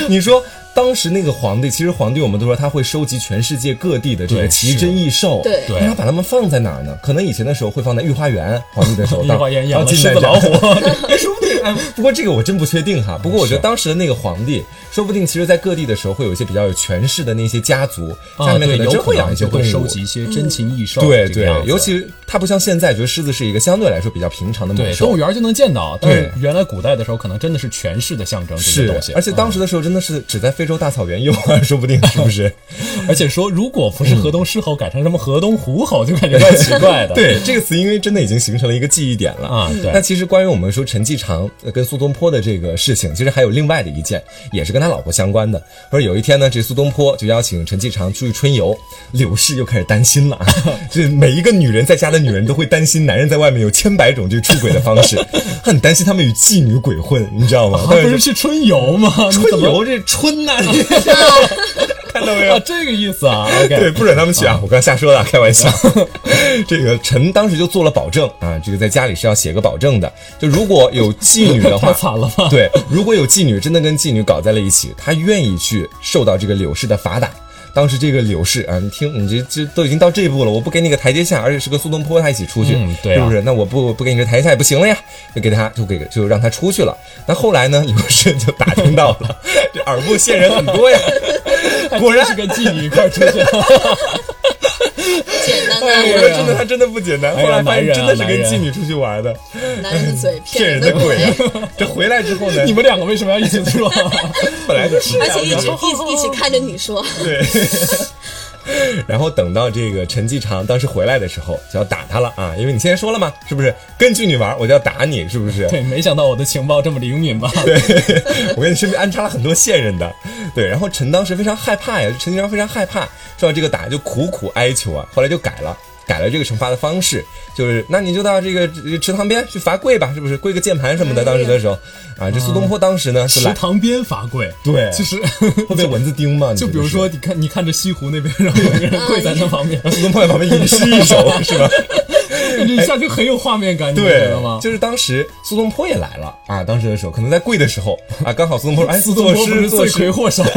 [SPEAKER 2] 你说当时那个皇帝，其实皇帝我们都说他会收集全世界各地的这个
[SPEAKER 1] 对
[SPEAKER 2] 奇
[SPEAKER 1] 是
[SPEAKER 2] 珍异兽，
[SPEAKER 3] 对
[SPEAKER 1] 对
[SPEAKER 2] 那他把它们放在哪儿呢？可能以前的时候会放在御花园，皇帝 的时候当
[SPEAKER 1] 御花园养
[SPEAKER 2] 当
[SPEAKER 1] 了
[SPEAKER 2] 近代
[SPEAKER 1] 狮子
[SPEAKER 2] 这样
[SPEAKER 1] 老虎 嗯
[SPEAKER 2] 哎说不定哎，不过这个我真不确定哈。不过我觉得当时的那个皇帝，说不定其实在各地的时候会有一些比较有权势的那些家族，
[SPEAKER 1] 啊
[SPEAKER 2] 下面可
[SPEAKER 1] 对
[SPEAKER 2] 能
[SPEAKER 1] 有
[SPEAKER 2] 真会
[SPEAKER 1] 可
[SPEAKER 2] 养
[SPEAKER 1] 能
[SPEAKER 2] 一些
[SPEAKER 1] 就
[SPEAKER 2] 动
[SPEAKER 1] 会收
[SPEAKER 2] 物。
[SPEAKER 1] 集一些珍禽异兽。
[SPEAKER 2] 对
[SPEAKER 1] 这个
[SPEAKER 2] 对
[SPEAKER 1] 样，子
[SPEAKER 2] 尤其它不像现在，觉得狮子是一个相对来说比较平常的猛
[SPEAKER 1] 对
[SPEAKER 2] 兽
[SPEAKER 1] 动物，园就能见到，但是
[SPEAKER 2] 嗯对
[SPEAKER 1] 原来古代的时候，可能真的是权势的象征这些
[SPEAKER 2] 是
[SPEAKER 1] 东西，。嗯
[SPEAKER 2] 而且当时的时候真的是只在非洲大草原有啊，说不定是 不是？
[SPEAKER 1] 而且说，如果
[SPEAKER 2] 嗯
[SPEAKER 1] 不是河东狮吼，改成什么河东虎吼，就感觉怪奇怪的。
[SPEAKER 2] 对这个词，因为真的已经形成了一个记忆点了
[SPEAKER 1] 啊对
[SPEAKER 2] 那其实关于我们说陈继常呃跟苏东坡的这个事情，其实还有另外的一件，也是跟他老婆相关的。说有一天呢，这苏东坡就邀请陈继常出去春游，柳氏又开始担心了。啊 这每一个女人在家的女人都会担心，男人在外面有千百种这个出轨的方式，她很担心他们与妓女鬼混，你知道吗？
[SPEAKER 1] 啊还不是去春游吗？你怎
[SPEAKER 2] 春
[SPEAKER 1] 么
[SPEAKER 2] 游这 春呐、你 看到没有
[SPEAKER 1] 啊，？这个意思啊。OK，
[SPEAKER 2] 对，不准他们去啊！我刚瞎说的啊，开玩笑。 这个陈当时就做了保证啊，这个在家里是要写个保证的，就如果有妓女的 话，
[SPEAKER 1] 太惨了吧
[SPEAKER 2] 对，如果有妓女真的跟妓女搞在了一起，他愿意去受到这个柳氏的罚打。当时这个柳氏啊，你听，你这这都已经到这一步了，我不给你个台阶下，而且是跟苏东坡他一起出去，
[SPEAKER 1] 嗯对啊
[SPEAKER 2] 是不是？那我不不给你个台阶下也不行了呀，就给他就给就让他出去了。那后来呢，柳氏就打听到了， 这耳目线人很多呀， 果然
[SPEAKER 1] 是跟妓女一块儿出 去，
[SPEAKER 3] 简单
[SPEAKER 2] 哎，
[SPEAKER 3] 的
[SPEAKER 2] 我说真的，他真的不简单。
[SPEAKER 1] 哎呀
[SPEAKER 2] 后来发现真的是
[SPEAKER 1] 男
[SPEAKER 2] 跟
[SPEAKER 1] 人啊
[SPEAKER 2] 妓女出去玩 的，
[SPEAKER 3] 男人的嘴
[SPEAKER 2] 骗
[SPEAKER 3] 骗
[SPEAKER 2] 人
[SPEAKER 3] 人
[SPEAKER 2] 的
[SPEAKER 3] 的
[SPEAKER 2] 鬼
[SPEAKER 3] 鬼，
[SPEAKER 2] 啊。这回来之后 呢
[SPEAKER 1] 你，啊们两个为什么要一起说？
[SPEAKER 2] 本来就是
[SPEAKER 3] 而且一 直一直一起看着你说，
[SPEAKER 2] 然后等到这个陈继常当时回来的时候，就要打他了啊，因为你现在说了嘛，是不是跟妓女玩我就要打你，是不是？
[SPEAKER 1] 对，没想到我的情报这么灵敏吧？
[SPEAKER 2] 我跟你身边安插了很多线人的，对。然后陈当时非常害怕呀，陈继常非常害怕受到这个打，就苦苦哀求啊。后来就改了，改了这个惩罚的方式，就是那你就到这个这个池塘边去罚跪吧，是不是？跪个键盘什么的。当时的时候啊，这苏东坡当时呢
[SPEAKER 1] 池
[SPEAKER 2] 就来。
[SPEAKER 1] 塘边罚跪，
[SPEAKER 2] 对
[SPEAKER 1] 就是
[SPEAKER 2] 会被蚊子叮吗？你
[SPEAKER 1] 就
[SPEAKER 2] 觉
[SPEAKER 1] 比
[SPEAKER 2] 得
[SPEAKER 1] 如
[SPEAKER 2] 是
[SPEAKER 1] 说，你看你看着西湖那边，然后有个人跪在那旁边，
[SPEAKER 2] 苏东坡在旁边吟诗一首，是吧？
[SPEAKER 1] 这一下就很有画面感，你不觉
[SPEAKER 2] 对
[SPEAKER 1] 得吗，？
[SPEAKER 2] 就是当时苏东坡也来了啊，当时的时候，可能在跪的时候啊，刚好苏东坡说：“哎，
[SPEAKER 1] 苏东坡
[SPEAKER 2] 作
[SPEAKER 1] 不是
[SPEAKER 2] 诗作
[SPEAKER 1] 罪
[SPEAKER 2] 诗。
[SPEAKER 1] 魁祸首吗？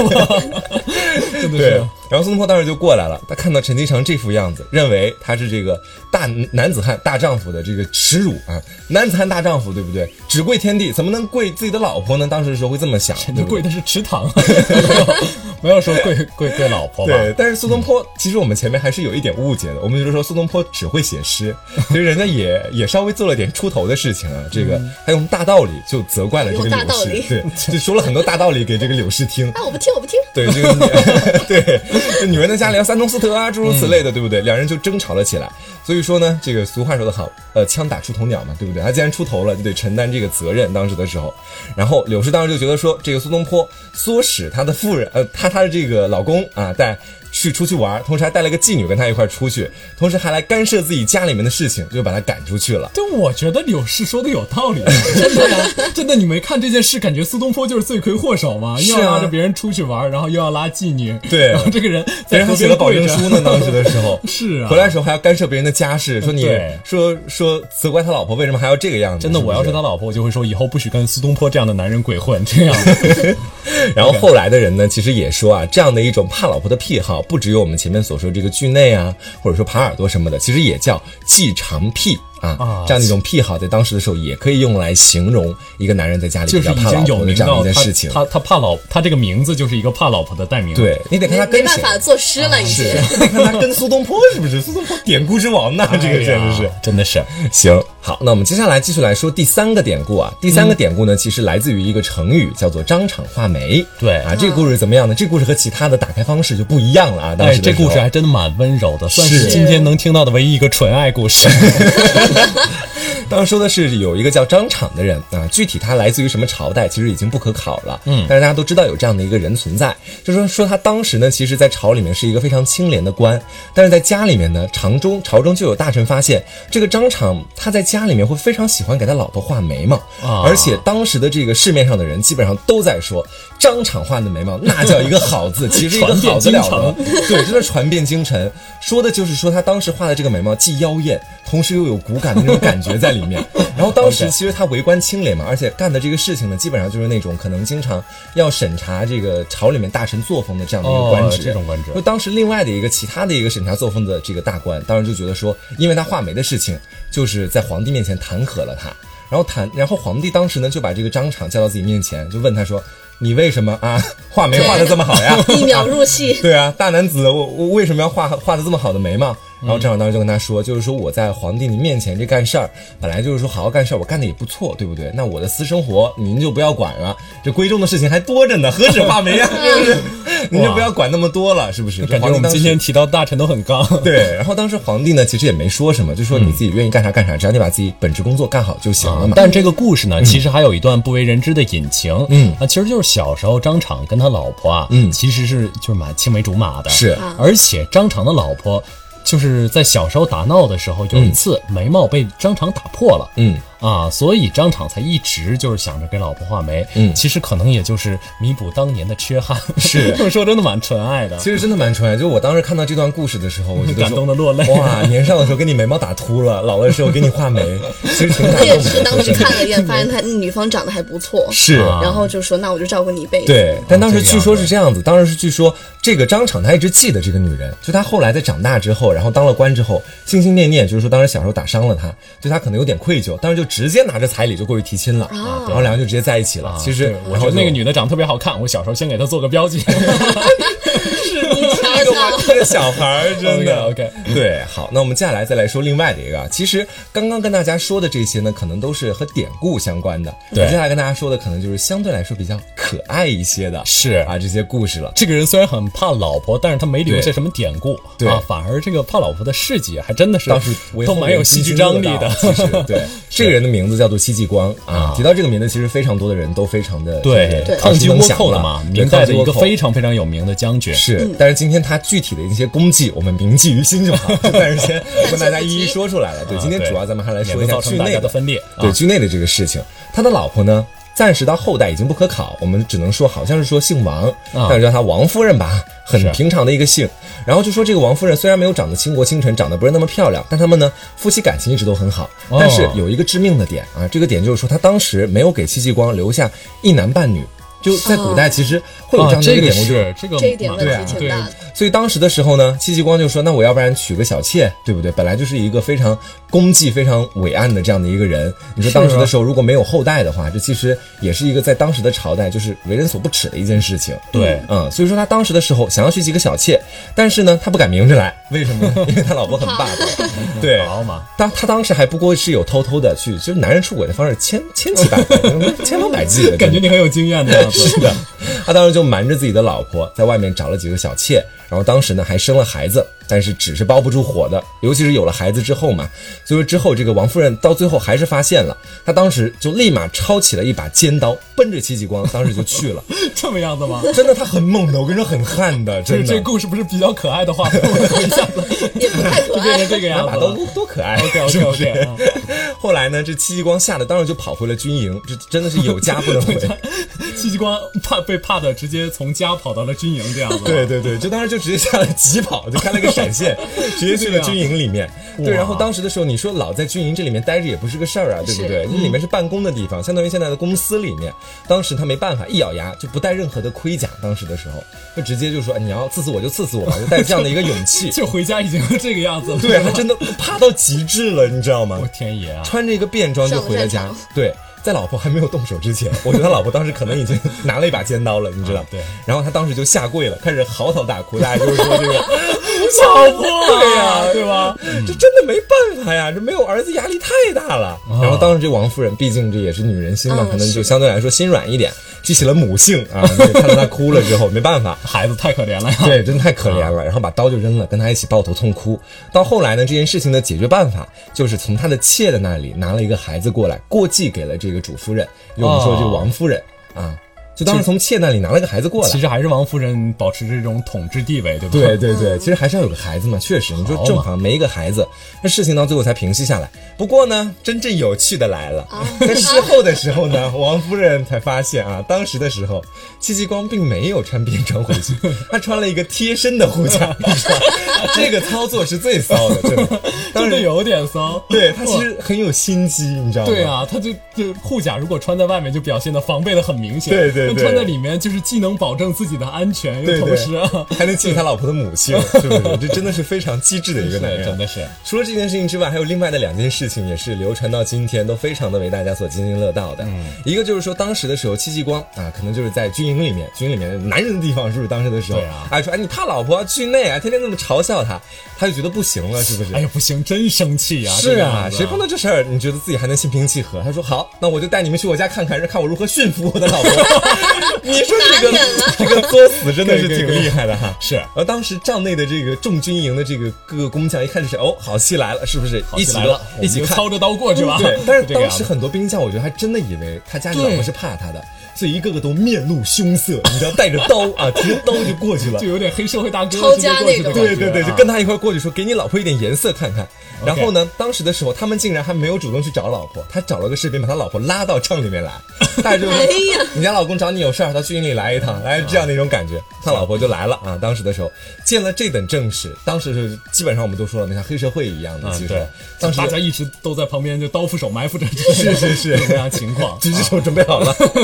[SPEAKER 1] 真的
[SPEAKER 2] 对
[SPEAKER 1] 是。，
[SPEAKER 2] 然后苏东坡当时就过来了，他看到陈继常这副样子，认为他是这个大男子汉、大丈夫的这个耻辱啊，男子汉大丈夫，对不对？只跪天地，怎么能跪自己的老婆呢？当时的时候会这么想，
[SPEAKER 1] 你
[SPEAKER 2] 对不
[SPEAKER 1] 跪
[SPEAKER 2] 对
[SPEAKER 1] 的是池塘， 没有说跪跪跪老婆吧？
[SPEAKER 2] 对，但是苏东坡、其实我们前面还是有一点误解的，我们就是说苏东坡只会写诗，其实人家也也稍微做了点出头的事情啊。这个他用大道理就责怪了这个
[SPEAKER 3] 用大
[SPEAKER 2] 柳
[SPEAKER 3] 道
[SPEAKER 2] 氏
[SPEAKER 3] 理，
[SPEAKER 2] 对，就说了很多大道理给这个柳氏听。
[SPEAKER 3] 啊，我不听，我不听，
[SPEAKER 2] 对，呃这个女对，这女人在家里要三从四德啊，诸如此类的，对不对？两人就争吵了起来。所以说呢，这个俗话说得好，呃，枪打出头鸟嘛，对不对？他既然出头了，就得承担这个责任。当时的时候，然后柳氏当时就觉得说，这个苏东坡唆使他的夫人，呃，他他的这个老公啊，带。去出去玩，同时还带了个妓女跟他一块儿出去，同时还来干涉自己家里面的事情，就把他赶出去了。
[SPEAKER 1] 但我觉得柳氏说的有道 理，啊真的呀，真的，你没看这件事，感觉苏东坡就是罪魁祸首吗？
[SPEAKER 2] 是啊
[SPEAKER 1] 又要拉着别人出去玩，然后又要拉妓女，
[SPEAKER 2] 对
[SPEAKER 1] 然后这个人
[SPEAKER 2] 别
[SPEAKER 1] 在
[SPEAKER 2] 人还
[SPEAKER 1] 河
[SPEAKER 2] 写
[SPEAKER 1] 边
[SPEAKER 2] 了保
[SPEAKER 1] 跪
[SPEAKER 2] 证
[SPEAKER 1] 着
[SPEAKER 2] 书呢，当时的时候
[SPEAKER 1] 是啊
[SPEAKER 2] 回来的时候还要干涉别人的家事，说你
[SPEAKER 1] 对
[SPEAKER 2] 说说责怪他老婆为什么还要这个样子，
[SPEAKER 1] 真的，我要
[SPEAKER 2] 是
[SPEAKER 1] 是
[SPEAKER 2] 不
[SPEAKER 1] 他老婆，我就会说以后不许跟苏东坡这样的男人鬼混。这样，
[SPEAKER 2] 是。然后后来的人呢，其实也说啊，这样的一种怕老婆的癖好，不只有我们前面所说这个剧内啊，或者说耙耳朵什么的，其实也叫继长癖。啊
[SPEAKER 1] 啊，
[SPEAKER 2] 这样的一种癖好，在当时的时候也可以用来形容一个男人在家里
[SPEAKER 1] 就
[SPEAKER 2] 比
[SPEAKER 1] 是
[SPEAKER 2] 较
[SPEAKER 1] 已
[SPEAKER 2] 怕
[SPEAKER 1] 经
[SPEAKER 2] 老
[SPEAKER 1] 有
[SPEAKER 2] 婆的
[SPEAKER 1] 名
[SPEAKER 2] 这样
[SPEAKER 1] 到
[SPEAKER 2] 的一件
[SPEAKER 1] 他
[SPEAKER 2] 事情。
[SPEAKER 1] 他他怕老他这个名字就是一个怕老婆的代名。，
[SPEAKER 2] 对你得看他
[SPEAKER 3] 没没
[SPEAKER 2] 跟
[SPEAKER 3] 办
[SPEAKER 2] 谁，啊
[SPEAKER 3] 法做诗了，已经
[SPEAKER 2] 是哎你看他跟苏东坡是不是？苏东坡典故之王呐，这个简直是。
[SPEAKER 1] 真的是
[SPEAKER 2] 行，好，那我们接下来继续来说第三个典故啊。第三个典故呢，其实来自于一个成语，叫做“张敞画眉”。
[SPEAKER 1] 对
[SPEAKER 2] 啊，这个故事怎么样呢？这个故事和其他的打开方式就不一样了啊。当
[SPEAKER 1] 哎，
[SPEAKER 2] 时
[SPEAKER 1] 这
[SPEAKER 2] 的时候、
[SPEAKER 1] 故事还真的蛮温柔的，算
[SPEAKER 2] 是
[SPEAKER 1] 是 今天能听到的唯一一个纯爱故事。
[SPEAKER 2] 当时说的是有一个叫张敞的人啊，具体他来自于什么朝代，其实已经不可考了。嗯，但是大家都知道有这样的一个人存在，就说说他当时呢，其实在朝里面是一个非常清廉的官，但是在家里面呢，朝中朝中就有大臣发现，这个张敞他在家里面会非常喜欢给他老婆画眉毛，
[SPEAKER 1] 啊
[SPEAKER 2] 而且当时的这个市面上的人基本上都在说张敞画的眉毛那叫一个好字，其实一个
[SPEAKER 1] 传遍
[SPEAKER 2] 好得了
[SPEAKER 1] 京
[SPEAKER 2] 的
[SPEAKER 1] 城。
[SPEAKER 2] 对，真的传遍京城。说的就是说他当时画的这个眉毛既妖艳，同时又有骨感的那种感觉在里 面。然后当时
[SPEAKER 1] OK
[SPEAKER 2] 其实他为官清廉嘛，而且干的这个事情呢，基本上就是那种可能经常要审查这个朝里面大臣作风的这样的一个官职。
[SPEAKER 1] 哦这种官职
[SPEAKER 2] 就当时另外的一个其他的一个审查作风的这个大官，当时就觉得说，因为他画眉的事情，就是在皇帝面前弹劾了他。然后弹，然后皇帝当时呢就把这个张敞叫到自己面前，就问他说：“你为什么啊画眉画的这么好呀？”
[SPEAKER 3] 一秒入 戏。
[SPEAKER 2] 对啊，大男子，我我为什么要画画的这么好的眉毛？
[SPEAKER 3] 嗯
[SPEAKER 2] 然后张敞当时就跟他说，就是说我在皇帝您面前这干事儿，本来就是说好好干事儿，我干的也不错，对不对？那我的私生活您就不要管了，这闺中的事情还多着呢，何止画 眉啊，对不对？您就不要管那么多了，是不是？
[SPEAKER 1] 感觉我们今天提到大臣都很 刚。
[SPEAKER 2] 对，然后当时皇帝呢，其实也没说什么，就说你自己愿意干啥干啥，只要你把自己本职工作干好就行了嘛。
[SPEAKER 1] 啊但这个故事呢，其实还有一段不为人知的隐情。
[SPEAKER 2] 嗯
[SPEAKER 1] 啊，其实就是小时候张敞跟他老婆啊，
[SPEAKER 2] 嗯
[SPEAKER 1] 其实是就是蛮青梅竹马的。
[SPEAKER 2] 是
[SPEAKER 3] 啊
[SPEAKER 1] 而且张敞的老婆就是在小时候打闹的时候，有一次眉毛被张敞打破了。
[SPEAKER 2] 嗯，
[SPEAKER 1] 啊，所以张敞才一直就是想着给老婆画眉，
[SPEAKER 2] 嗯
[SPEAKER 1] 其实可能也就是弥补当年的缺憾，
[SPEAKER 2] 是
[SPEAKER 1] 这么说真的蛮纯爱的，
[SPEAKER 2] 其实真的蛮纯爱，就我当时看到这段故事的时候，我觉得
[SPEAKER 1] 感动得落泪
[SPEAKER 2] 哇，年少的时候给你眉毛打秃了，老了的时候给你画眉，其实挺感
[SPEAKER 3] 我
[SPEAKER 2] 动
[SPEAKER 3] 也
[SPEAKER 2] 的。
[SPEAKER 3] 是当时看了一眼，发现他女方长得还不错，
[SPEAKER 2] 是
[SPEAKER 1] 啊
[SPEAKER 3] 然后就说那我就照顾你一辈子。
[SPEAKER 2] 对，但当时
[SPEAKER 1] 这个
[SPEAKER 2] 据
[SPEAKER 1] 样
[SPEAKER 2] 说
[SPEAKER 1] 子
[SPEAKER 2] 是这样子，当时是据说这个张敞他一直记得这个女人，就他后来在长大之后，然后当了官之后，心心念念就是说当时小时候打伤了她，对她可能有点愧疚，当时就直接拿着彩礼就过去提亲了，啊
[SPEAKER 3] 哦
[SPEAKER 2] 然后两个人就直接在一起了。其实
[SPEAKER 1] 对我
[SPEAKER 2] 然
[SPEAKER 1] 觉
[SPEAKER 2] 后
[SPEAKER 1] 得那个
[SPEAKER 2] 就
[SPEAKER 1] 女的长得特别好看，我小时候先给她做个标记。
[SPEAKER 3] 你瞧
[SPEAKER 2] 这个 顽
[SPEAKER 3] 瞧，
[SPEAKER 2] 皮的小孩儿， 真的
[SPEAKER 1] OK，OK
[SPEAKER 2] 对，好，那我们接下来再来说另外的一个啊。其实刚刚跟大家说的这些呢，可能都是和典故相关的。
[SPEAKER 1] 对
[SPEAKER 2] 我接下来跟大家说的可能就是相对来说比较可爱一些的，
[SPEAKER 1] 是
[SPEAKER 2] 啊，这些故事了。
[SPEAKER 1] 哎这个人虽然很怕老婆，但是他没留下什么典故
[SPEAKER 2] 对
[SPEAKER 1] 啊，反而这个怕老婆的事迹还真的是
[SPEAKER 2] 倒是为
[SPEAKER 1] 都
[SPEAKER 2] 后
[SPEAKER 1] 蛮
[SPEAKER 2] 人
[SPEAKER 1] 有戏剧张力的。
[SPEAKER 2] 津 津乐道其实对，这个人的名字叫做戚继光啊
[SPEAKER 1] 啊。
[SPEAKER 2] 提到这个名字，其实非常多的人都非常的
[SPEAKER 1] 对，抗击倭寇的嘛，明代的一个非常嗯非常有名的将军。
[SPEAKER 2] 是，但是今天他具体的一些功绩，我们铭记于心就好。 就暂时先跟大家一一说出来了。对，今天
[SPEAKER 1] 啊对
[SPEAKER 2] 主要咱们还来说
[SPEAKER 1] 免得
[SPEAKER 2] 一下
[SPEAKER 1] 造成
[SPEAKER 2] 剧
[SPEAKER 1] 大
[SPEAKER 2] 内
[SPEAKER 1] 家的分裂啊
[SPEAKER 2] 对剧内的这个事情，他的老婆呢？暂时到后代已经不可考，我们只能说好像是说姓王，但是叫她王夫人吧，很
[SPEAKER 1] 啊是
[SPEAKER 2] 平常的一个姓。然后就说这个王夫人虽然没有长得倾国倾城，长得不是那么漂亮，但他们呢夫妻感情一直都很好。
[SPEAKER 1] 哦
[SPEAKER 2] 但是有一个致命的点啊，这个点就是说她当时没有给戚继光留下一男半女，就在古代其实会有
[SPEAKER 1] 啊，
[SPEAKER 2] 这样的一
[SPEAKER 1] 哦这
[SPEAKER 2] 个
[SPEAKER 1] 个是这个
[SPEAKER 2] 典故，就是
[SPEAKER 3] 这一点
[SPEAKER 1] 蛮
[SPEAKER 3] 问
[SPEAKER 2] 对啊
[SPEAKER 3] 题挺大的。
[SPEAKER 2] 所以当时的时候呢，戚继光就说：“那我要不然娶个小妾，对不对？本来就是一个非常功绩非常伟岸的这样的一个人。你说当时的时候如果没有后代的话，这其实也是一个在当时的朝代就是为人所不齿的一件事情。
[SPEAKER 1] 对
[SPEAKER 2] 嗯，所以说他当时的时候想要娶几个小妾，但是呢，他不敢明着来，为什么呢？因为他老婆很霸道。 对，
[SPEAKER 1] 好嘛，
[SPEAKER 2] 当他当时还不过是有偷偷的去，就是男人出轨的方式千千奇百怪，千方百计 的，
[SPEAKER 1] 感觉你很有经验的样子。
[SPEAKER 2] 是的，他当时就瞒着自己的老婆，在外面找了几个小妾，然后当时呢还生了孩子，但是纸是包不住火的，尤其是有了孩子之后嘛，所以说之后这个王夫人到最后还是发现了，她当时就立马抄起了一把尖刀，奔着戚继光当时就去了，
[SPEAKER 1] 这么样子吗？
[SPEAKER 2] 真的他很猛的，我跟你说很悍的，
[SPEAKER 1] 这
[SPEAKER 2] 真
[SPEAKER 1] 这
[SPEAKER 2] 的，
[SPEAKER 1] 故事不是比较可爱的画风吗，一下子
[SPEAKER 3] 也不太可
[SPEAKER 1] 就变
[SPEAKER 3] 爱
[SPEAKER 1] 成。这个
[SPEAKER 2] 拿
[SPEAKER 1] 样
[SPEAKER 2] 把
[SPEAKER 1] 子
[SPEAKER 2] 刀
[SPEAKER 1] 了。
[SPEAKER 2] 多多可爱
[SPEAKER 1] OK
[SPEAKER 2] 是
[SPEAKER 1] OK
[SPEAKER 2] 不
[SPEAKER 1] OK，
[SPEAKER 2] 是？ 后来呢，这戚继光吓得当时就跑回了军营，这真的是有家不能回。
[SPEAKER 1] 戚继光怕被怕的直接从家跑到了军营这样子。
[SPEAKER 2] 对，对对，就当时就直接下来疾跑，就开了个闪现，直接去了军营里面。对，
[SPEAKER 1] 哇
[SPEAKER 2] 然后当时的时候，你说老在军营这里面待着也不是个事儿啊，对不
[SPEAKER 3] 是
[SPEAKER 2] 对？这里面是办公的地方，相当于现在的公司里面。当时他没办法，一咬牙就不带任何的盔甲，当时的时候就直接就说哎你要刺死我就刺死我吧，就带着这样的一个勇 气。
[SPEAKER 1] 就回家已经这个样子了。
[SPEAKER 2] 对他真的怕到极致了，你知道吗
[SPEAKER 1] 我？天爷啊！
[SPEAKER 2] 穿着一个便装就回了家
[SPEAKER 3] 上了战。
[SPEAKER 2] 对，在老婆还没有动手之前， 我觉得他老婆当时可能已经拿了一把尖刀了，你知道？
[SPEAKER 1] 啊对。
[SPEAKER 2] 然后他当时就下跪了，开始嚎啕大哭，大家就是说这个。 小破
[SPEAKER 1] 对
[SPEAKER 2] 呀，
[SPEAKER 1] 对吧？
[SPEAKER 2] 这真的没办法呀，这没有儿子压力太大了。
[SPEAKER 1] 啊
[SPEAKER 2] 然后当时这王夫人，毕竟这也是女人心嘛，
[SPEAKER 3] 嗯
[SPEAKER 2] 可能就相对来说心软一点，激起了母性啊。 对看到她哭了之后，没办法。
[SPEAKER 1] 孩子太可怜了呀。
[SPEAKER 2] 对，真太可怜了。然后把刀就扔了，跟她一起抱头痛哭。到后来呢，这件事情的解决办法就是从她的妾的那里拿了一个孩子过来，过继给了这个主夫人，也我们说这个王夫人啊，就当时从妾那里拿了个孩子过来
[SPEAKER 1] 其。实还是王夫人保持这种统治地位，对吧？
[SPEAKER 2] 对对对，其实还是要有个孩子嘛，确实，你说
[SPEAKER 1] 嗯好嘛
[SPEAKER 2] 正好没一个孩子，那事情到最后才平息下来。不过呢，真正有趣的来
[SPEAKER 1] 啊
[SPEAKER 2] 了， 在事后的时候呢，王夫人才发现啊，当时的时候，戚继光并没有穿便装回 去，他穿了一个贴身的护甲，你知道吗这个操作是最骚的，真 的，当
[SPEAKER 1] 真的
[SPEAKER 2] 时。
[SPEAKER 1] 有点骚。
[SPEAKER 2] 对他其实很有心机，你知道吗？
[SPEAKER 1] 对啊，他就就护甲，如果穿在外面，就表现的防备的很明显。
[SPEAKER 2] 对对对
[SPEAKER 1] 那穿在里面，就是既能保证自己的安全，
[SPEAKER 2] 对
[SPEAKER 1] 又
[SPEAKER 2] 对
[SPEAKER 1] 同时啊，
[SPEAKER 2] 还能记他老婆的母亲，是不是？这真的是非常机智的一个男人，
[SPEAKER 1] 真的是。
[SPEAKER 2] 除了这件事情之外，还有另外的两件事情也是流传到今天，都非常的为大家所津津乐道的。
[SPEAKER 1] 嗯
[SPEAKER 2] 一个就是说，当时的时候，戚继光啊，可能就是在军营里面，军营里面男人的地方，是不是？当时的时候，
[SPEAKER 1] 对啊
[SPEAKER 2] 哎说哎你怕老婆惧内啊，天天那么嘲笑他，他就觉得不行了，是不是？
[SPEAKER 1] 哎呀，不行，真生气呀！
[SPEAKER 2] 是啊，谁碰
[SPEAKER 1] 能
[SPEAKER 2] 到这事儿，你觉得自己还能心平气和？他说好，那我就带你们去我家看看，看我如何驯服我的老婆。 你说这个
[SPEAKER 3] 打脸了
[SPEAKER 2] 这个作死真的是挺厉害的哈。
[SPEAKER 1] 是
[SPEAKER 2] 而当时帐内的这个众军营的这个各个工匠一看就是哦，好戏来了，是不是？一起
[SPEAKER 1] 来
[SPEAKER 2] 都
[SPEAKER 1] 了，
[SPEAKER 2] 一
[SPEAKER 1] 我
[SPEAKER 2] 起
[SPEAKER 1] 们就
[SPEAKER 2] 看嗯
[SPEAKER 1] 操。着刀过去吧？
[SPEAKER 2] 对，但是
[SPEAKER 1] 就这个
[SPEAKER 2] 当
[SPEAKER 1] 样
[SPEAKER 2] 时
[SPEAKER 1] 子
[SPEAKER 2] 很多兵将，我觉得还真的以为他家里老婆
[SPEAKER 1] 对
[SPEAKER 2] 是怕他的，所以一个个都面露凶色，你知道，带着刀啊，提着刀就过去了
[SPEAKER 1] 就。有点黑社会大哥
[SPEAKER 3] 抄家那
[SPEAKER 1] 个，
[SPEAKER 3] 种
[SPEAKER 2] 对对对，就
[SPEAKER 1] 啊
[SPEAKER 2] 跟他一块儿过去说，给你老婆一点颜色看看。然
[SPEAKER 1] OK
[SPEAKER 2] 后呢，当时的时候，他们竟然还没有主动去找老婆，他找了个士兵把他老婆拉到帐 里面来，带着
[SPEAKER 3] 哎呀
[SPEAKER 2] 你家老公找你有事儿，到军营里来一趟，来这样的一种感觉。他老婆就来了啊！当时的时候，见了这等阵势，当时是基本上我们都说了，那像黑社会一样的，其
[SPEAKER 1] 嗯
[SPEAKER 2] 实、
[SPEAKER 1] 对，
[SPEAKER 2] 当时
[SPEAKER 1] 大 家一直都在旁边就刀斧手埋伏着，是
[SPEAKER 2] 是是
[SPEAKER 1] 这样情况，
[SPEAKER 2] 举起手准备好
[SPEAKER 1] 啊
[SPEAKER 2] 了。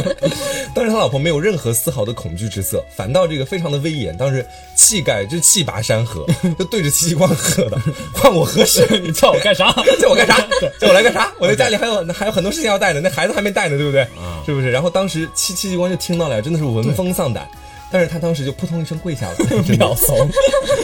[SPEAKER 2] 当时他老婆没有任何丝毫的恐惧之色，反倒这个非常的威严，当时气概就是气拔山河，就对着戚继光喝 的，换我喝水。
[SPEAKER 1] 你叫我干啥？
[SPEAKER 2] 叫我干啥？叫我来干啥？我在家里还有还有很多事情要带呢，那孩子还没带呢，对不对？是不是？然后当时戚戚继光就听到了，真的是闻风丧胆。但是他当时就扑通一声跪下了，真的
[SPEAKER 1] 秒怂，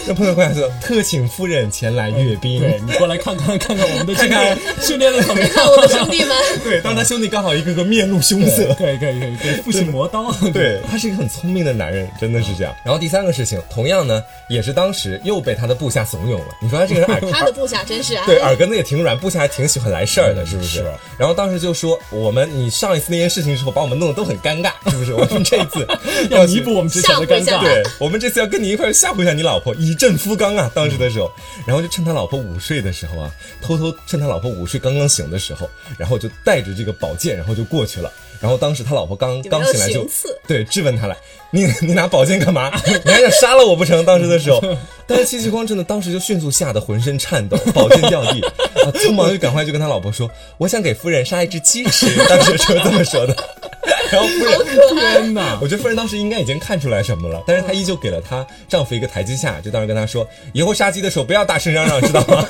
[SPEAKER 2] 就扑通跪下说：“特请夫人前来阅兵。
[SPEAKER 1] 对你过来看看看看我们的训
[SPEAKER 2] 看
[SPEAKER 1] 练训练的怎么样？
[SPEAKER 3] 看我的 兄弟们，
[SPEAKER 2] 对，当时他兄弟刚好一个个面露凶色，
[SPEAKER 1] 可以可以可以可以，复习磨刀，
[SPEAKER 2] 对他是一个很聪明的男人，真的是这样。然后第三个事情，同样呢，也是当时又被他的部下怂恿了。你说他这个人耳
[SPEAKER 3] 他的部下真是啊，
[SPEAKER 2] 对，耳根子也挺软，部下还挺喜欢来事儿的，是不是？
[SPEAKER 1] 嗯是
[SPEAKER 2] 然后当时就说，我们你上一次那件事情之后，把我们弄得都很尴尬，是不是？我们这一次
[SPEAKER 1] 要
[SPEAKER 2] 去
[SPEAKER 1] 弥补我们之前的尴
[SPEAKER 3] 吓唬一
[SPEAKER 1] 尬。
[SPEAKER 3] 下
[SPEAKER 2] 对，我们这次要跟你一块儿吓唬一下你老婆，以正夫刚啊！当时的时候，
[SPEAKER 3] 嗯
[SPEAKER 2] 然后就趁他老婆午睡的时候啊，偷偷趁他老婆午睡刚刚醒的时候，然后就带着这个宝剑，然后就过去了。然后当时他老婆刚
[SPEAKER 3] 有没
[SPEAKER 2] 刚
[SPEAKER 3] 有
[SPEAKER 2] 醒来就
[SPEAKER 3] 行刺
[SPEAKER 2] 对质问他来，你你拿宝剑干嘛？你还想杀了我不成？当时的时 候，但是戚继光真的当时就迅速吓得浑身颤抖，宝剑掉地，啊，匆忙就赶快就跟他老婆说，我想给夫人杀一只鸡吃。当时就这么说的， 然后夫人
[SPEAKER 1] 天哪！
[SPEAKER 2] 我觉得夫人当时应该已经看出来什么了，但是她依旧给了她丈夫一个台阶下，就当时跟她说，以后杀鸡的时候不要大声嚷嚷，知道 吗？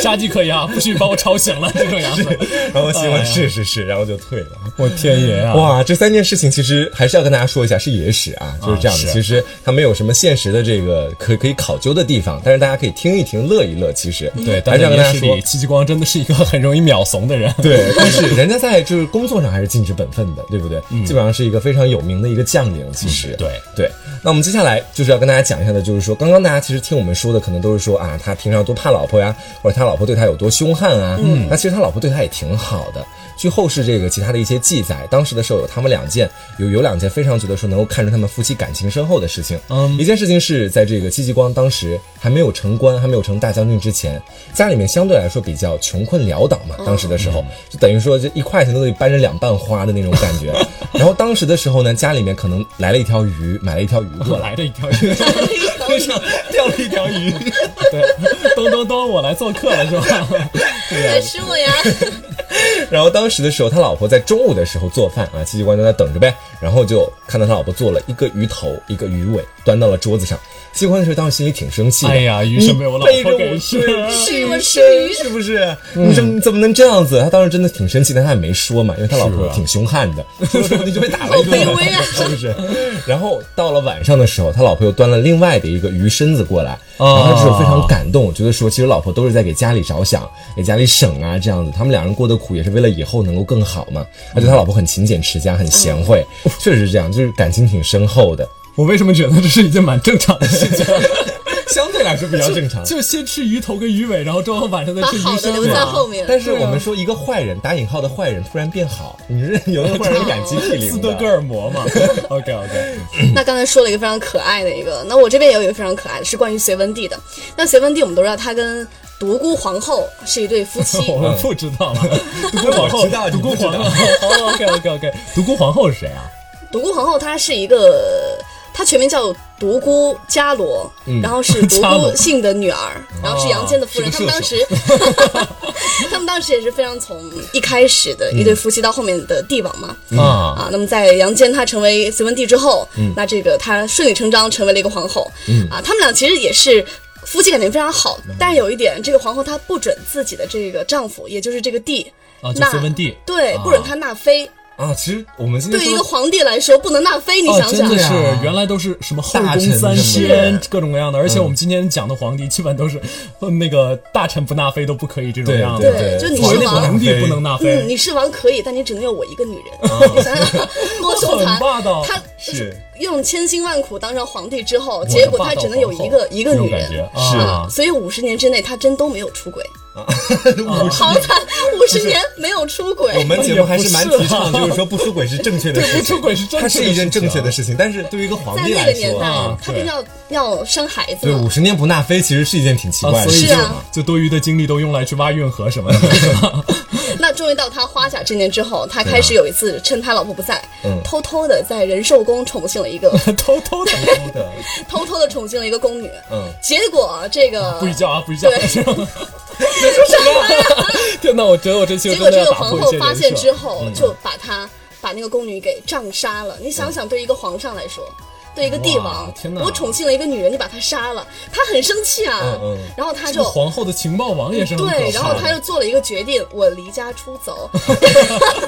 [SPEAKER 1] 杀鸡可以啊，不许把我吵醒了，这种样子。
[SPEAKER 2] 然后媳妇
[SPEAKER 1] 哎呀
[SPEAKER 2] 是是是，然后就退了。
[SPEAKER 1] 我天爷啊！
[SPEAKER 2] 哇，这三件事情其实还是要跟大家说一下，是野史啊，就是这样的。
[SPEAKER 1] 啊是
[SPEAKER 2] 其实它没有什么现实的这个可可以考究的地方，但是大家可以听一听，乐一乐。其实
[SPEAKER 1] 对，
[SPEAKER 2] 还
[SPEAKER 1] 但
[SPEAKER 2] 是
[SPEAKER 1] 是
[SPEAKER 2] 要跟大家
[SPEAKER 1] 也是
[SPEAKER 2] 说
[SPEAKER 1] 里，，戚继光真的是一个很容易秒怂的人。
[SPEAKER 2] 对，但是人家在就是工作上还是尽职本分的，对不对？基本上是一个非常有名的一个将领，其实、
[SPEAKER 1] 嗯对
[SPEAKER 2] 对。那我们接下来就是要跟大家讲一下的，就是说，刚刚大家其实听我们说的，可能都是说啊，他平常多怕老婆呀，或者他老婆对他有多凶悍啊。嗯，那其实他老婆对他也挺好的。据后世这个其他的一些记载，当时的时候有他们两件，有有两件非常觉得说能够看出他们夫妻感情深厚的事情。
[SPEAKER 1] 嗯
[SPEAKER 2] 一件事情是在这个戚继光当时还没有成官，还没有成大将军之前，家里面相对来说比较穷困潦倒嘛，当时的时候、就等于说这一块钱都得掰成两半花的那种感觉。然后当时的时候呢，家里面可能来了一条鱼，买了一条鱼 过
[SPEAKER 1] 我
[SPEAKER 2] 来，
[SPEAKER 1] 来这一条鱼，
[SPEAKER 2] 天上钓了一条鱼。
[SPEAKER 1] 对，咚咚咚，我来做客了是吧？
[SPEAKER 3] 来吃我呀！
[SPEAKER 2] 然后当时的时候，他老婆在中午的时候做饭啊，奇奇怪怪在等着呗，然后就看到他老婆做了一个鱼头，一个鱼尾，端到了桌子上。奇怪的时候，当时心里挺生气的。
[SPEAKER 1] 哎呀鱼是被我老
[SPEAKER 2] 你背
[SPEAKER 1] 婆
[SPEAKER 2] 着
[SPEAKER 1] 给
[SPEAKER 2] 我
[SPEAKER 1] 吃
[SPEAKER 2] 吃
[SPEAKER 1] 了
[SPEAKER 3] 是我吃鱼
[SPEAKER 2] 是不是？你怎么怎么能这样子？他当时真的挺生气，但他也没说嘛，因为他老婆
[SPEAKER 1] 是啊
[SPEAKER 2] 挺凶悍的，说着说着就被打了一顿，
[SPEAKER 3] 好卑微 啊
[SPEAKER 2] 是不是？然后到了晚上的时候，他老婆又端了另外的一个鱼身子过来，然后他这时候非常感动，觉得说其实老婆都是在给家里着想，给家里省啊这样子，他们两人过得苦也是为了以后能够更好嘛。而且他老婆很勤俭持家，很贤惠，确实是这样，就是感情挺深厚的，
[SPEAKER 1] 我为什么觉得这是一件蛮正常的事 情？
[SPEAKER 2] 相对来说比较正常。
[SPEAKER 1] 就先吃鱼头跟鱼尾，然后之后晚上再
[SPEAKER 3] 把
[SPEAKER 1] 吃鱼
[SPEAKER 3] 好的
[SPEAKER 1] 身
[SPEAKER 3] 留在
[SPEAKER 1] 嘛。
[SPEAKER 3] 后面。
[SPEAKER 2] 啊
[SPEAKER 3] 啊
[SPEAKER 2] 但是我们说一个坏人，打引号的坏人突然变好，你这有的坏人感激 涕零的。
[SPEAKER 1] 斯德哥尔摩嘛。OK OK，，
[SPEAKER 3] 那刚才说了一个非常可爱的一个，那我这边也有一个非常可爱的，是关于隋文帝的。那隋文帝我们都知道，他跟独孤皇后是一对夫妻
[SPEAKER 2] 哦
[SPEAKER 1] 我们不知道了。独孤皇
[SPEAKER 2] 嗯我
[SPEAKER 1] 后
[SPEAKER 2] 知道，
[SPEAKER 1] 独
[SPEAKER 2] 你
[SPEAKER 1] 孤
[SPEAKER 2] 不知道
[SPEAKER 1] 皇后。OK OK OK，独孤皇后是谁啊？
[SPEAKER 3] 独孤皇后她是一个，她全名叫独孤伽罗，
[SPEAKER 2] 嗯
[SPEAKER 3] 然后是独
[SPEAKER 1] 伽罗
[SPEAKER 3] 孤姓的 女儿，然后是杨坚的夫人。
[SPEAKER 2] 哦是
[SPEAKER 3] 他
[SPEAKER 2] 个
[SPEAKER 3] 们当时， 他们当时也是非常从一开始的一对夫妻到后面的帝王嘛。
[SPEAKER 2] 嗯
[SPEAKER 1] 啊，
[SPEAKER 3] 啊，那么在杨坚她成为隋文帝之后，
[SPEAKER 1] 嗯
[SPEAKER 3] 那这个她顺理成章成为了一个皇后。啊，他们俩其实也是。夫妻感情非常好，
[SPEAKER 1] 嗯
[SPEAKER 3] 但是有一点，这个皇后她不准自己的这个丈夫，也就是这个帝，
[SPEAKER 1] 啊，就
[SPEAKER 3] 纳
[SPEAKER 1] 隋文帝。
[SPEAKER 3] 对，
[SPEAKER 1] 啊
[SPEAKER 3] 不准他纳妃。
[SPEAKER 2] 啊，其实我们今天
[SPEAKER 3] 对于一个
[SPEAKER 2] 说
[SPEAKER 3] 皇帝来说，不能纳妃，你
[SPEAKER 1] 哦，
[SPEAKER 3] 想
[SPEAKER 1] 真
[SPEAKER 3] 想
[SPEAKER 1] 的，是
[SPEAKER 2] 对啊，
[SPEAKER 1] 原来都是什么后
[SPEAKER 2] 大
[SPEAKER 1] 宫
[SPEAKER 2] 臣
[SPEAKER 1] 三
[SPEAKER 2] 什么
[SPEAKER 1] 千
[SPEAKER 2] 的
[SPEAKER 1] 各种各样的，而且我们今天讲的皇帝基本都是呃那个大臣不纳妃都不可以这种
[SPEAKER 2] 对
[SPEAKER 1] 样
[SPEAKER 2] 对
[SPEAKER 1] 子，
[SPEAKER 3] 对就你
[SPEAKER 1] 皇
[SPEAKER 3] 是
[SPEAKER 1] 帝
[SPEAKER 3] 王
[SPEAKER 1] 皇帝不能纳妃哦
[SPEAKER 3] 嗯，，你是王可以，但你只能有我一个女人。你想 想，多凶
[SPEAKER 1] 很
[SPEAKER 3] 残！
[SPEAKER 1] 霸道，
[SPEAKER 3] 他
[SPEAKER 2] 是
[SPEAKER 3] 用千辛万苦当上皇帝之后，结果他只能有一个一个
[SPEAKER 1] 这种
[SPEAKER 3] 女
[SPEAKER 1] 感觉
[SPEAKER 3] 人。
[SPEAKER 2] 是
[SPEAKER 1] 啊，
[SPEAKER 3] 所以五十年之内，他真都没有出轨，
[SPEAKER 2] 啊 我们
[SPEAKER 3] 好惨！五十年没有出轨，
[SPEAKER 2] 我们节目还是蛮提 倡，
[SPEAKER 1] 也不是啊
[SPEAKER 2] 就是说不出轨是正确的
[SPEAKER 1] 对，
[SPEAKER 2] 事
[SPEAKER 1] 不
[SPEAKER 2] 情
[SPEAKER 1] 出，轨是正确
[SPEAKER 2] 它
[SPEAKER 1] 的，
[SPEAKER 2] 是一件正确的。事情。但是对于一个皇
[SPEAKER 3] 在
[SPEAKER 2] 帝
[SPEAKER 3] 那
[SPEAKER 2] 来
[SPEAKER 3] 个年
[SPEAKER 2] 说
[SPEAKER 3] 代
[SPEAKER 2] 啊，，
[SPEAKER 3] 他毕竟要要生孩子
[SPEAKER 2] 对
[SPEAKER 3] 嘛
[SPEAKER 2] 五。十年不纳妃其实是一件挺奇
[SPEAKER 1] 啊，
[SPEAKER 2] 怪的
[SPEAKER 1] 所
[SPEAKER 2] 事
[SPEAKER 1] 以
[SPEAKER 3] 是
[SPEAKER 2] 情
[SPEAKER 1] 就
[SPEAKER 3] 啊
[SPEAKER 2] 嘛。
[SPEAKER 1] 就多余的精力都用来去挖运河什么的，
[SPEAKER 3] 那终于到他花甲之年之后，他开始有一次趁他老婆不在
[SPEAKER 2] 嗯，
[SPEAKER 3] 偷偷的在仁寿宫宠幸了一个，
[SPEAKER 1] 偷偷的，
[SPEAKER 2] 的，
[SPEAKER 3] 偷偷的宠幸了一个宫女。
[SPEAKER 2] 嗯，
[SPEAKER 3] 结果这个
[SPEAKER 1] 不许叫啊，不许 叫
[SPEAKER 3] 对！
[SPEAKER 1] 天哪，我觉得我这期
[SPEAKER 3] 结
[SPEAKER 1] 真
[SPEAKER 3] 果
[SPEAKER 1] 的
[SPEAKER 3] 这
[SPEAKER 1] 要
[SPEAKER 3] 个
[SPEAKER 1] 打
[SPEAKER 3] 皇
[SPEAKER 1] 破一
[SPEAKER 3] 后
[SPEAKER 1] 些
[SPEAKER 3] 发
[SPEAKER 1] 人
[SPEAKER 3] 现之
[SPEAKER 1] 设。
[SPEAKER 3] 后，就把她把那个宫女给杖杀了。你想想，对一个皇上来说，对一个
[SPEAKER 1] 嗯
[SPEAKER 3] 帝
[SPEAKER 1] 哇
[SPEAKER 3] 王
[SPEAKER 1] 天，哪
[SPEAKER 3] 我宠幸了一个女人，你把她杀了，他很生气啊
[SPEAKER 2] 嗯嗯。
[SPEAKER 3] 然后他
[SPEAKER 1] 这个
[SPEAKER 3] 就
[SPEAKER 1] 皇后的情报网也是很
[SPEAKER 3] 对，
[SPEAKER 1] 可
[SPEAKER 3] 然
[SPEAKER 1] 怕
[SPEAKER 3] 后
[SPEAKER 1] 的
[SPEAKER 3] 他就做了一个决定，我离家出 走。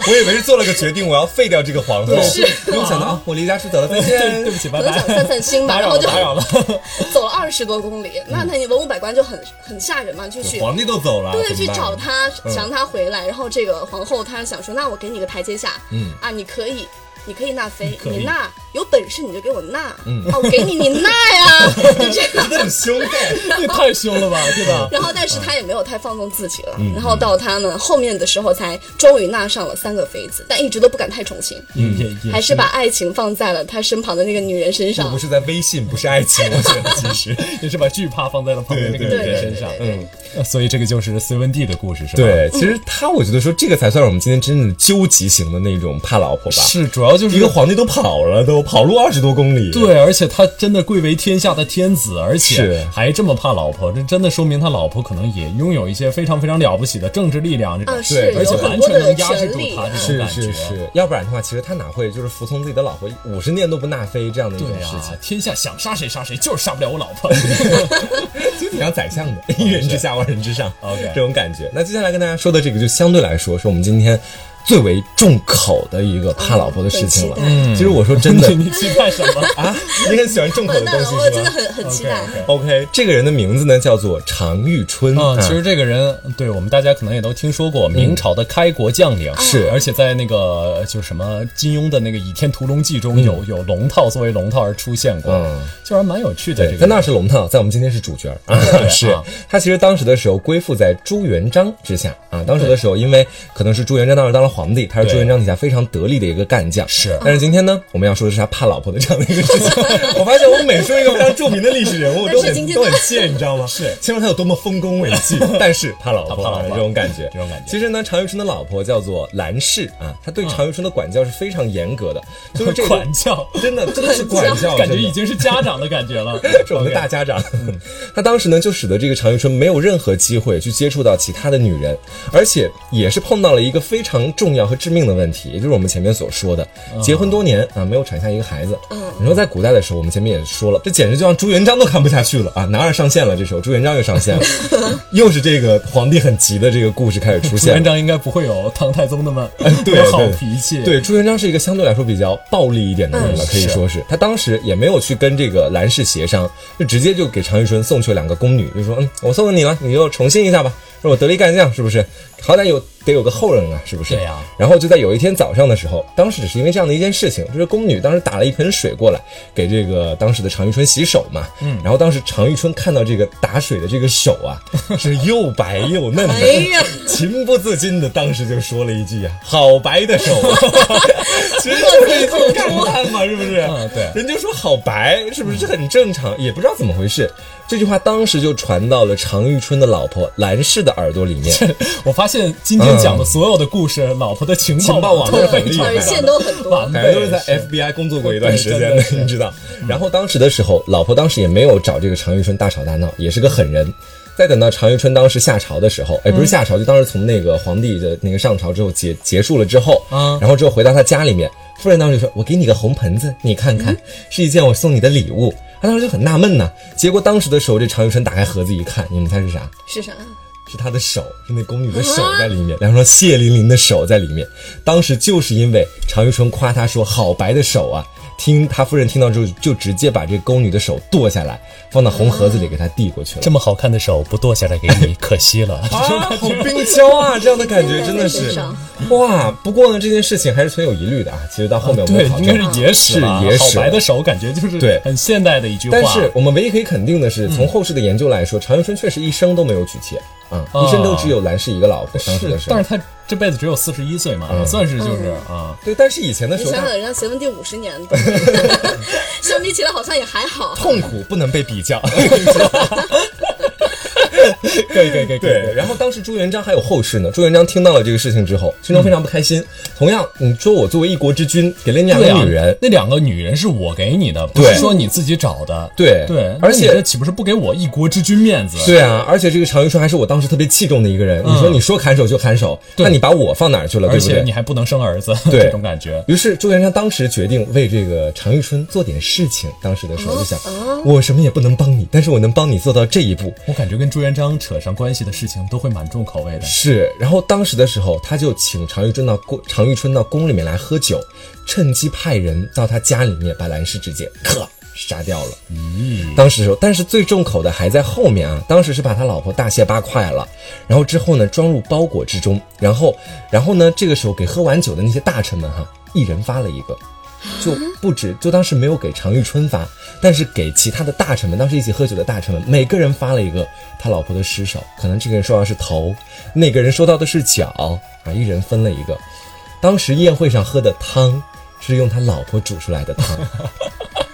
[SPEAKER 2] 我以为是做了个决定，我要废掉这个皇后，
[SPEAKER 1] 是
[SPEAKER 2] 没有想到啊，我离家出走了，再
[SPEAKER 1] 对
[SPEAKER 2] 见
[SPEAKER 1] 对。 不起，拜
[SPEAKER 3] 可能想
[SPEAKER 1] 拜
[SPEAKER 3] 散。散心吧，
[SPEAKER 1] 打
[SPEAKER 3] 然
[SPEAKER 1] 扰
[SPEAKER 3] 后
[SPEAKER 1] 了，
[SPEAKER 3] 就
[SPEAKER 1] 打扰了。 嗯
[SPEAKER 3] 走了二十多公里。那他文武百官就很很吓人嘛，就去
[SPEAKER 2] 皇帝都走了，
[SPEAKER 3] 对，
[SPEAKER 2] 怎么
[SPEAKER 3] 去
[SPEAKER 2] 办嗯
[SPEAKER 3] 找他，想让他回来。然后这个皇后她想说，那我给你个台阶下，嗯啊，你可以。你可以纳妃，
[SPEAKER 1] 可以
[SPEAKER 3] 你纳有本事你就给我纳，嗯、啊，我给你你纳呀，就这 样。
[SPEAKER 2] 真的很凶哎。
[SPEAKER 1] 这太凶了吧， 对吧？
[SPEAKER 3] 然后，但是她也没有太放纵自己
[SPEAKER 2] 嗯
[SPEAKER 3] 了。然后到他们后面的时候，才终于纳上了三个妃子，但一直都不敢太宠幸，
[SPEAKER 1] 也嗯也也
[SPEAKER 3] 还是把爱情放在了他身旁的那个女人身
[SPEAKER 2] 这
[SPEAKER 3] 上
[SPEAKER 2] 不。是在微信，不是爱情，我觉得其实。
[SPEAKER 1] 也是把 惧怕放在了旁边那个女
[SPEAKER 3] 对
[SPEAKER 1] 人
[SPEAKER 3] 对
[SPEAKER 1] 身
[SPEAKER 3] 对
[SPEAKER 1] 上，
[SPEAKER 3] 对
[SPEAKER 2] 嗯
[SPEAKER 3] 对，
[SPEAKER 1] 呃所以这个就是隋文帝的故事，是吧？，啊
[SPEAKER 2] 对，其实他我觉得说这个才算是我们今天真正的究极型的那种怕老婆吧。
[SPEAKER 1] 是主要就是
[SPEAKER 2] 一个皇帝都跑了，都跑路二十多公里。，
[SPEAKER 1] 对，而且他真的贵为天下的天子，而且
[SPEAKER 2] 是
[SPEAKER 1] 还这么怕老婆，这真的说明他老婆可能也拥有一些非常非常了不起的政治力量，这种
[SPEAKER 3] 啊是
[SPEAKER 1] 而且
[SPEAKER 3] 有
[SPEAKER 1] 完全
[SPEAKER 3] 很多的
[SPEAKER 1] 能压制住
[SPEAKER 3] 权力嗯
[SPEAKER 1] 他这种
[SPEAKER 2] 是
[SPEAKER 1] 感觉。
[SPEAKER 2] 是是，要不然的话，其实他哪会就是服从自己的老婆五十年都不纳妃这样的一种
[SPEAKER 1] 对
[SPEAKER 2] 事情
[SPEAKER 1] 啊，，天下想杀谁杀谁，就是杀不了我老 婆。
[SPEAKER 2] 就挺像宰相 的，一人之下万人之上
[SPEAKER 1] OK
[SPEAKER 2] 这种感觉。那接下来跟大家说的这个，就相对来说是我们今天最为重口的一个怕老婆的事情了。
[SPEAKER 3] 哦
[SPEAKER 2] 嗯
[SPEAKER 3] 很期
[SPEAKER 2] 其实我说真 的
[SPEAKER 1] 你期待什么？
[SPEAKER 2] 啊，你很喜欢重口
[SPEAKER 3] 完
[SPEAKER 2] 的
[SPEAKER 3] 蛋
[SPEAKER 2] 东
[SPEAKER 3] 了，
[SPEAKER 2] 西
[SPEAKER 3] 呃 我真
[SPEAKER 2] 是
[SPEAKER 3] 的
[SPEAKER 2] 吗
[SPEAKER 3] 很很期待。
[SPEAKER 2] ？OK，这个人的名字呢叫做常遇春
[SPEAKER 1] 嗯，
[SPEAKER 2] 啊
[SPEAKER 1] 其实这个人，对我们大家可能也都听说过，明朝的开国将领
[SPEAKER 2] 嗯是
[SPEAKER 1] 而且在那个就是什么金庸的那个《倚天屠龙记》中有有龙套作为龙套而出现过
[SPEAKER 2] 嗯，
[SPEAKER 1] 就还蛮有趣的。
[SPEAKER 2] 对，
[SPEAKER 1] 这
[SPEAKER 2] 在
[SPEAKER 1] 个
[SPEAKER 2] 那是龙套，在我们今天是主角啊， 是他其实当时的时候归附在朱元璋之下啊，当时的时候因为可能是朱元璋当时当了皇帝，他是
[SPEAKER 1] 对
[SPEAKER 2] 朱元璋底下非常得力的一个干将，
[SPEAKER 1] 是
[SPEAKER 2] 但是今天呢，我们要说的是他怕老婆的这样的一个事情。 我发现我每说一个非常著名的历史人物，
[SPEAKER 3] 但
[SPEAKER 2] 都
[SPEAKER 3] 是
[SPEAKER 2] 很
[SPEAKER 3] 今天
[SPEAKER 2] 都很贱，你知道吗？是，先说他有多么丰功伟绩， 但是怕老
[SPEAKER 1] 他
[SPEAKER 2] 婆
[SPEAKER 1] 怕老
[SPEAKER 2] 啊
[SPEAKER 1] 婆
[SPEAKER 2] 这种感觉，
[SPEAKER 1] 这种感觉
[SPEAKER 2] 其实呢，常遇春的老婆叫做兰氏啊，她对常遇春的管教是非常严格的， 就是这个
[SPEAKER 1] 管。教。
[SPEAKER 2] 真的，真的是管教，
[SPEAKER 1] 感觉
[SPEAKER 2] 真的。
[SPEAKER 1] 已经是家长的感觉了
[SPEAKER 2] 是我们的大 家长。他当时呢，就使得这个常遇春没有任何机会去接触到其他的女人，而且也是碰到了一个非常重要和致命的问题，也就是我们前面所说的，结婚多年啊没有产下一个孩子。你说在古代的时候，我们前面也说了，这简直就让朱元璋都看不下去了啊！男二上线了，这时候朱元璋又上线了，又是这个皇帝很急的这个故事开始出
[SPEAKER 1] 朱
[SPEAKER 2] 现
[SPEAKER 1] 元
[SPEAKER 2] 了。
[SPEAKER 1] 璋应该不会有唐太宗那 么
[SPEAKER 2] 嗯对
[SPEAKER 1] 有好
[SPEAKER 2] 对
[SPEAKER 1] 脾气，
[SPEAKER 2] 对，朱元璋是一个相对来说比较暴力一点的人了，
[SPEAKER 1] 嗯
[SPEAKER 2] 可以
[SPEAKER 1] 是
[SPEAKER 2] 说是他当时也没有去跟这个蓝氏协商，就直接就给常遇春送去了两个宫女，就说嗯，我送给你了，你就重新一下吧，说我得力干将是不是？好歹有得有个后人啊，是不是？
[SPEAKER 1] 对呀
[SPEAKER 2] 然后就在有一天早上的时候，当时只是因为这样的一件事情，就是宫女当时打了一盆水过来，给这个当时的常遇春洗手嘛。嗯。然后当时常遇春看到这个打水的这个手 啊，是又白又嫩的，
[SPEAKER 3] 哎呀，
[SPEAKER 2] 情不自禁的，当时就说了一句啊：“好白的手。”其实就是一句感叹嘛，是不是？
[SPEAKER 1] 嗯对
[SPEAKER 2] 人就说好白，是不是这很正常？也不知道怎么回事，这句话当时就传到了常遇春的老婆蓝氏的耳朵里面。
[SPEAKER 1] 我发现今天讲的所有的故事，老婆的情
[SPEAKER 2] 嗯情报网
[SPEAKER 1] 都是
[SPEAKER 2] 都很
[SPEAKER 1] 很
[SPEAKER 2] 厉
[SPEAKER 1] 厉
[SPEAKER 2] 害
[SPEAKER 1] 害
[SPEAKER 3] 而
[SPEAKER 1] 的，
[SPEAKER 3] 呃线都很多
[SPEAKER 1] 完。
[SPEAKER 2] 感觉
[SPEAKER 1] 备
[SPEAKER 2] 哎都是在
[SPEAKER 1] 是
[SPEAKER 2] FBI 工作过一段时间
[SPEAKER 1] 对
[SPEAKER 2] 的
[SPEAKER 1] 真的，是
[SPEAKER 2] 你知道。然后当时的时候，老婆当时也没有找这个常遇春大吵大闹，也是个狠人。再等到常遇春当时下朝的时候，哎，
[SPEAKER 1] 嗯
[SPEAKER 2] 不是下朝，就当时从那个皇帝的那个上朝之后结结束了之后，
[SPEAKER 1] 啊
[SPEAKER 2] 然后之后回到他家里面，夫人当时就说：“我给你个红盆子，你看
[SPEAKER 1] 嗯
[SPEAKER 2] 看，是一件我送你的礼物。”他当时就很纳闷呐、结果当时的时候，这常遇春打开盒子一看，你们猜是啥？
[SPEAKER 3] 是啥？
[SPEAKER 2] 是他的手，是那宫女的手
[SPEAKER 1] 啊
[SPEAKER 2] 在里面，然后说血淋淋的手在里面。当时就是因为常遇春夸他说好白的手啊，听他夫人听到之后，就直接把这宫女的手剁下来，放到红盒子里给他递过去了。
[SPEAKER 1] 这么好看的手不剁下来给你，可惜了。
[SPEAKER 2] 啊，好冰娇啊！这样的感觉真的
[SPEAKER 3] 在
[SPEAKER 2] 是
[SPEAKER 3] 身上，
[SPEAKER 2] 哇！不过呢，这件事情还是存有疑虑的啊。其实到后面我们
[SPEAKER 1] 对
[SPEAKER 2] 也考，
[SPEAKER 1] 应
[SPEAKER 2] 证
[SPEAKER 1] 该是野史了啊，
[SPEAKER 2] 是野史
[SPEAKER 1] 好白的手，感觉就是
[SPEAKER 2] 对
[SPEAKER 1] 很现代的一句话。嗯
[SPEAKER 2] 但是我们唯一可以肯定的是，从后世的研究来说，常遇春确实一生都没有娶妾啊，一生都只有蓝氏一个老婆。当时的
[SPEAKER 1] 哦是
[SPEAKER 2] 时，候
[SPEAKER 1] 但，是他这辈子只有四十一岁嘛，也算是就是 啊，
[SPEAKER 2] 对，但是以前的
[SPEAKER 3] 你
[SPEAKER 2] 时候，
[SPEAKER 3] 想
[SPEAKER 2] 大
[SPEAKER 3] 想，人家隋文帝五十年， 相比起来好像也 还好。
[SPEAKER 2] 痛苦不能被 比较。
[SPEAKER 1] 可以可以可以可
[SPEAKER 2] 对，
[SPEAKER 1] 以。
[SPEAKER 2] 然后当时朱元璋还有后世呢。朱元璋听到了这个事情之
[SPEAKER 1] 嗯
[SPEAKER 2] 后，心中非常不开心。同样，你说我作为一国之君，给了你两
[SPEAKER 1] 对
[SPEAKER 2] 个
[SPEAKER 1] 啊
[SPEAKER 2] 女人，
[SPEAKER 1] 那两个女人是我给你的，不是
[SPEAKER 2] 对
[SPEAKER 1] 说你自己找的。
[SPEAKER 2] 对
[SPEAKER 1] 对，
[SPEAKER 2] 而且
[SPEAKER 1] 那你这岂不是不给我一国之君面子？
[SPEAKER 2] 对啊，而且这个常遇春还是我当时特别器重的一个人。你说你说砍手就砍手，那你把我放哪儿去了？
[SPEAKER 1] 嗯而
[SPEAKER 2] 对不
[SPEAKER 1] 且你
[SPEAKER 2] 对？
[SPEAKER 1] 还不能生儿子，
[SPEAKER 2] 对
[SPEAKER 1] 这种感觉。
[SPEAKER 2] 于是朱元璋当时决定为这个常遇春做点事情。当时的
[SPEAKER 1] 哦
[SPEAKER 2] 时候就想，我什么也不能帮你，但是我能帮你做到这一步。
[SPEAKER 1] 我感觉跟朱元璋扯上关系的事情都会蛮重口味的。
[SPEAKER 2] 是，然后当时的时候，他就请常遇春到宫，常遇春到宫里面来喝酒，趁机派人到他家里面把蓝氏直接咔杀掉了。当时的时候，但是最重口的还在后面啊。当时是把他老婆大卸八块了，然后之后呢装入包裹之中，然后，然后呢这个时候给喝完酒的那些大臣们哈、一人发了一个。就不止，就当时没有给常遇春发，但是给其他的大臣们，当时一起喝酒的大臣们，每个人发了一个他老婆的尸首，可能这个人收到的是头，那个人收到的是脚，啊，一人分了一个。当时宴会上喝的汤是用他老婆煮出来的汤。当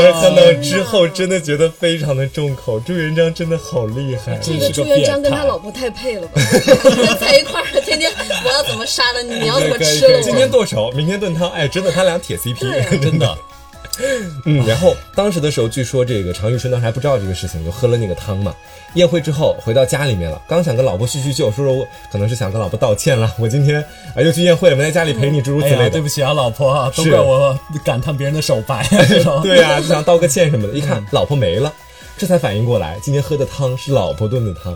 [SPEAKER 2] 时看到之后，真的觉得非常的重口，朱元璋真的好厉害。
[SPEAKER 3] 这个朱元璋跟他老婆太配了吧？ 在一块儿，天天我要怎么杀了你，你要怎么吃了
[SPEAKER 2] 今天
[SPEAKER 3] 我？
[SPEAKER 2] 剁手，明天炖汤，哎，真的他俩铁 CP，
[SPEAKER 3] 对啊
[SPEAKER 1] 真的，
[SPEAKER 2] 嗯，然后当时的时候，据说这个常遇春当时还不知道这个事情，就喝了那个汤嘛。宴会之后回到家里面了，刚想跟老婆叙叙旧，说说我可能是想跟老婆道歉了，我今天啊、又去宴会了，没在家里陪你，诸如此
[SPEAKER 1] 哎
[SPEAKER 2] 类
[SPEAKER 1] 呀，
[SPEAKER 2] 的。
[SPEAKER 1] 对不起啊，老婆啊，都
[SPEAKER 2] 是
[SPEAKER 1] 怪我感叹别人的手白 啊，这种。 嗯
[SPEAKER 2] 对呀、就想道个歉什么的。一看老婆没了，这才反应过来，今天喝的汤是老婆炖的汤。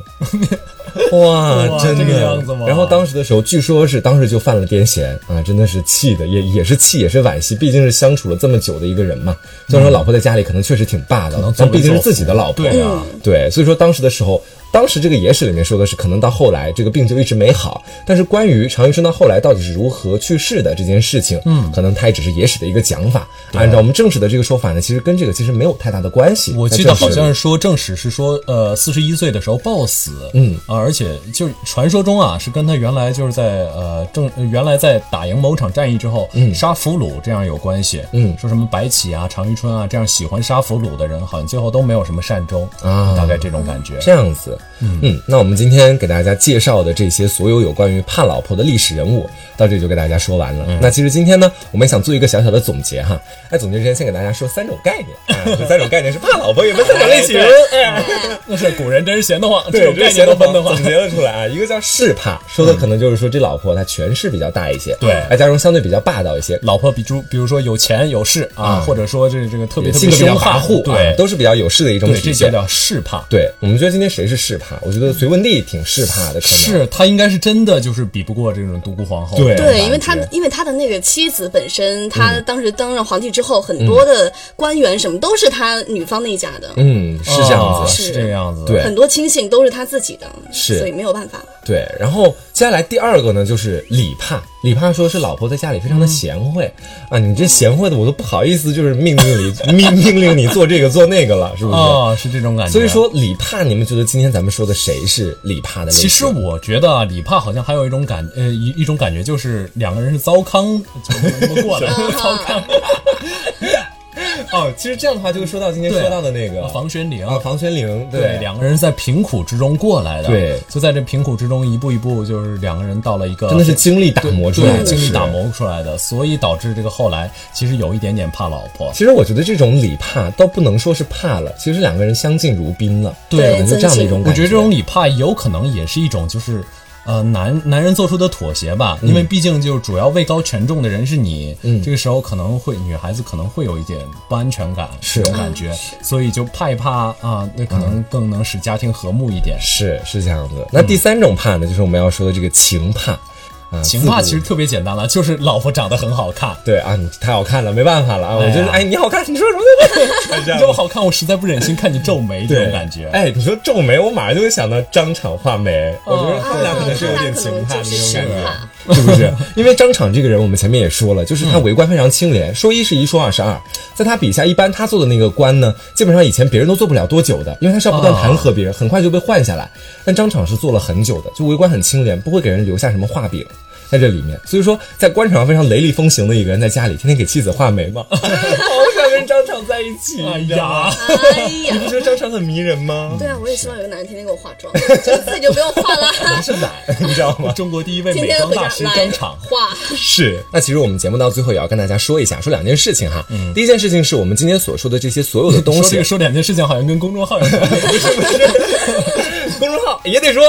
[SPEAKER 2] 哇，
[SPEAKER 1] 哇
[SPEAKER 2] 真
[SPEAKER 1] 这个
[SPEAKER 2] 的
[SPEAKER 1] 样子吗。
[SPEAKER 2] 然后当时的时候，据说是当时就犯了癫痫啊，真的是气的，也也是气，也是惋惜，毕竟是相处了这么久的一个人嘛。虽然说老婆在家里可能确实挺霸道
[SPEAKER 1] 嗯能
[SPEAKER 2] 的，
[SPEAKER 1] 作
[SPEAKER 2] 但
[SPEAKER 1] 威
[SPEAKER 2] 毕竟是
[SPEAKER 1] 作福
[SPEAKER 2] 自己的老婆
[SPEAKER 1] 对啊
[SPEAKER 2] 对，所以说当时的时候，当时这个野史里面说的是，可能到后来这个病就一直没好。但是关于常遇春到后来到底是如何去世的这件事情，嗯，可能它也只是野史的一个讲法。
[SPEAKER 1] 啊
[SPEAKER 2] 按照我们正史的这个说法呢，其实跟这个其实没有太大的关系。
[SPEAKER 1] 我
[SPEAKER 2] 那
[SPEAKER 1] 记
[SPEAKER 2] 正
[SPEAKER 1] 得好
[SPEAKER 2] 史
[SPEAKER 1] 像是说正史是说，呃，四十一岁的时候暴死，
[SPEAKER 2] 嗯
[SPEAKER 1] 啊，而且就是传说中啊，是跟他原来就是在呃正呃原来在打赢某场战役之后，嗯，杀俘虏这样有关系，
[SPEAKER 2] 嗯
[SPEAKER 1] 说什么白起啊、常遇春啊这样喜欢杀俘虏的人，好像最后都没有什么善终
[SPEAKER 2] 啊
[SPEAKER 1] 大概这种感觉。
[SPEAKER 2] 这样子。嗯，那我们今天给大家介绍的这些所有有关于怕老婆的历史人物，到这里就给大家说完了。
[SPEAKER 1] 嗯
[SPEAKER 2] 那其实今天呢，我们想做一个小小的总结哈。哎，总结之前先给大家说三种概念，啊、这三种概念是怕老婆有没有三种类型？哎，
[SPEAKER 1] 那是古人真是闲得慌，这
[SPEAKER 2] 对，
[SPEAKER 1] 种概念都分得
[SPEAKER 2] 话
[SPEAKER 1] 慌
[SPEAKER 2] 总。结了出来啊。一个叫势怕，说的可能就是说这老婆她权势比较大一些，
[SPEAKER 1] 对
[SPEAKER 2] 哎，家中相对比较霸道一些，
[SPEAKER 1] 老婆比如比如说有钱有势啊，或者说这这个特别特
[SPEAKER 2] 性
[SPEAKER 1] 别
[SPEAKER 2] 格比
[SPEAKER 1] 凶
[SPEAKER 2] 较跋
[SPEAKER 1] 悍
[SPEAKER 2] 扈，啊
[SPEAKER 1] 对，
[SPEAKER 2] 都是比较有势的一种
[SPEAKER 1] 对，这
[SPEAKER 2] 体
[SPEAKER 1] 些
[SPEAKER 2] 现。
[SPEAKER 1] 叫势怕。
[SPEAKER 2] 对，我们觉得今天谁是势怕？我觉得隋文帝挺势怕的，可能
[SPEAKER 1] 是他应该是真的就是比不过这种独孤皇后。
[SPEAKER 2] 对
[SPEAKER 3] 对，因为他
[SPEAKER 2] 感觉
[SPEAKER 3] 因为他的那个妻子本身，他当时登上皇帝之后，很多的官员什么都是他女方那一家的，
[SPEAKER 2] 嗯，是这样
[SPEAKER 1] 啊
[SPEAKER 2] 子。
[SPEAKER 1] 是这个样子。
[SPEAKER 2] 对
[SPEAKER 3] 很多亲信都是他自己的，
[SPEAKER 2] 是
[SPEAKER 3] 所以没有办法。
[SPEAKER 2] 对，然后接下来第二个呢，就是李怕。李怕说是老婆在家里非
[SPEAKER 1] 嗯
[SPEAKER 2] 常的贤惠、啊，你这贤惠的我都不好意思，就是命令你命 命令你做这个做那个了，是不是？
[SPEAKER 1] 啊，是这种感觉。
[SPEAKER 2] 所以说李怕，你们觉得今天咱们说的谁是李怕的类型？
[SPEAKER 1] 其实我觉得啊，李帕好像还有一种感，呃，一一种感觉就是两个人是糟糠，就没那么过的糟糠。
[SPEAKER 2] 哦，其实这样的话就会说到今天
[SPEAKER 1] 对
[SPEAKER 2] 说到的那个
[SPEAKER 1] 房玄龄
[SPEAKER 2] 啊，房玄龄，
[SPEAKER 1] 对，两个人是在贫苦之中过来的，
[SPEAKER 2] 对
[SPEAKER 1] 就在这贫苦之中一步一步，就是两个人到了一个
[SPEAKER 2] 真的是经历打磨出来
[SPEAKER 1] 对
[SPEAKER 2] 的，
[SPEAKER 1] 经历打
[SPEAKER 2] 是
[SPEAKER 1] 磨出来的，所以导致这个后来其实有一点点怕老婆，
[SPEAKER 2] 其实我觉得这种李怕倒不能说是怕了，其实两个人相敬如宾了，
[SPEAKER 1] 对
[SPEAKER 2] 可能就这样的一种
[SPEAKER 1] 我
[SPEAKER 2] 感
[SPEAKER 1] 觉得这种理怕有可能也是一种就是。呃，男男人做出的妥协吧，
[SPEAKER 2] 嗯
[SPEAKER 1] 因为毕竟就是主要位高权重的人是你，这个时候可能会女孩子可能会有一点不安全感，
[SPEAKER 2] 是
[SPEAKER 1] 这种感觉，所以就怕一怕啊，那可能更能使家庭和睦一点。
[SPEAKER 2] 是是这样子。那第三种怕呢，就是我们要说的这个情怕啊，
[SPEAKER 1] 情
[SPEAKER 2] 自
[SPEAKER 1] 话
[SPEAKER 2] 古
[SPEAKER 1] 其实特别简单了，就是老婆长得很好看，
[SPEAKER 2] 对啊，你太好看了，没办法了啊，
[SPEAKER 1] 哎
[SPEAKER 2] 我
[SPEAKER 1] 呀
[SPEAKER 2] 就是哎，你好看，你说什
[SPEAKER 1] 你
[SPEAKER 2] 么对
[SPEAKER 1] 哎这
[SPEAKER 2] 吧？
[SPEAKER 1] 么好看，我实在不忍心看你皱 眉这
[SPEAKER 2] 对，
[SPEAKER 1] 种感觉。
[SPEAKER 2] 哎，你说皱眉，我马上就会想到张敞画眉，我觉得他们俩
[SPEAKER 3] 啊
[SPEAKER 2] 可能是有
[SPEAKER 3] 他
[SPEAKER 2] 点
[SPEAKER 3] 可
[SPEAKER 2] 情
[SPEAKER 3] 能
[SPEAKER 2] 怕的
[SPEAKER 3] 就是
[SPEAKER 2] 那种感
[SPEAKER 3] 情
[SPEAKER 2] 觉
[SPEAKER 3] 怕。
[SPEAKER 2] 是不是？因为张敞这个人，我们前面也说了，就是他为官非常清廉，说一是一，说二是二。在他笔下，一般他做的那个官呢，基本上以前别人都做不了多久的，因为他是要不断弹劾别人，很快就被换下来。但张敞是做了很久的，就为官很清廉，不会给人留下什么画饼。在这里面，所以说在官场上非常雷厉风行的一个人，在家里天天给妻子画眉 毛，好想跟张敞在一起。
[SPEAKER 1] 哎
[SPEAKER 2] 你知道吗
[SPEAKER 1] 呀，，
[SPEAKER 3] 哎
[SPEAKER 2] 你
[SPEAKER 3] 呀，
[SPEAKER 2] 不觉得张敞很迷人 吗？
[SPEAKER 3] 对啊，我也希望有个男人天天给我化妆，就自己就不用化了，
[SPEAKER 2] 是懒，你知道吗？
[SPEAKER 1] 中国第一位
[SPEAKER 3] 天
[SPEAKER 1] 美
[SPEAKER 3] 天
[SPEAKER 1] 妆
[SPEAKER 3] 回家
[SPEAKER 1] 大师
[SPEAKER 3] 来
[SPEAKER 1] 张敞，
[SPEAKER 3] 化。
[SPEAKER 2] 是，那其实我们节目到最后也要跟大家说一下，说两件事情哈。第一件事情是我们今天所嗯 说的这些所有的东
[SPEAKER 1] 说这
[SPEAKER 2] 西
[SPEAKER 1] 个，说两件事情好像跟公众号有 关。
[SPEAKER 2] 公众号也得 说，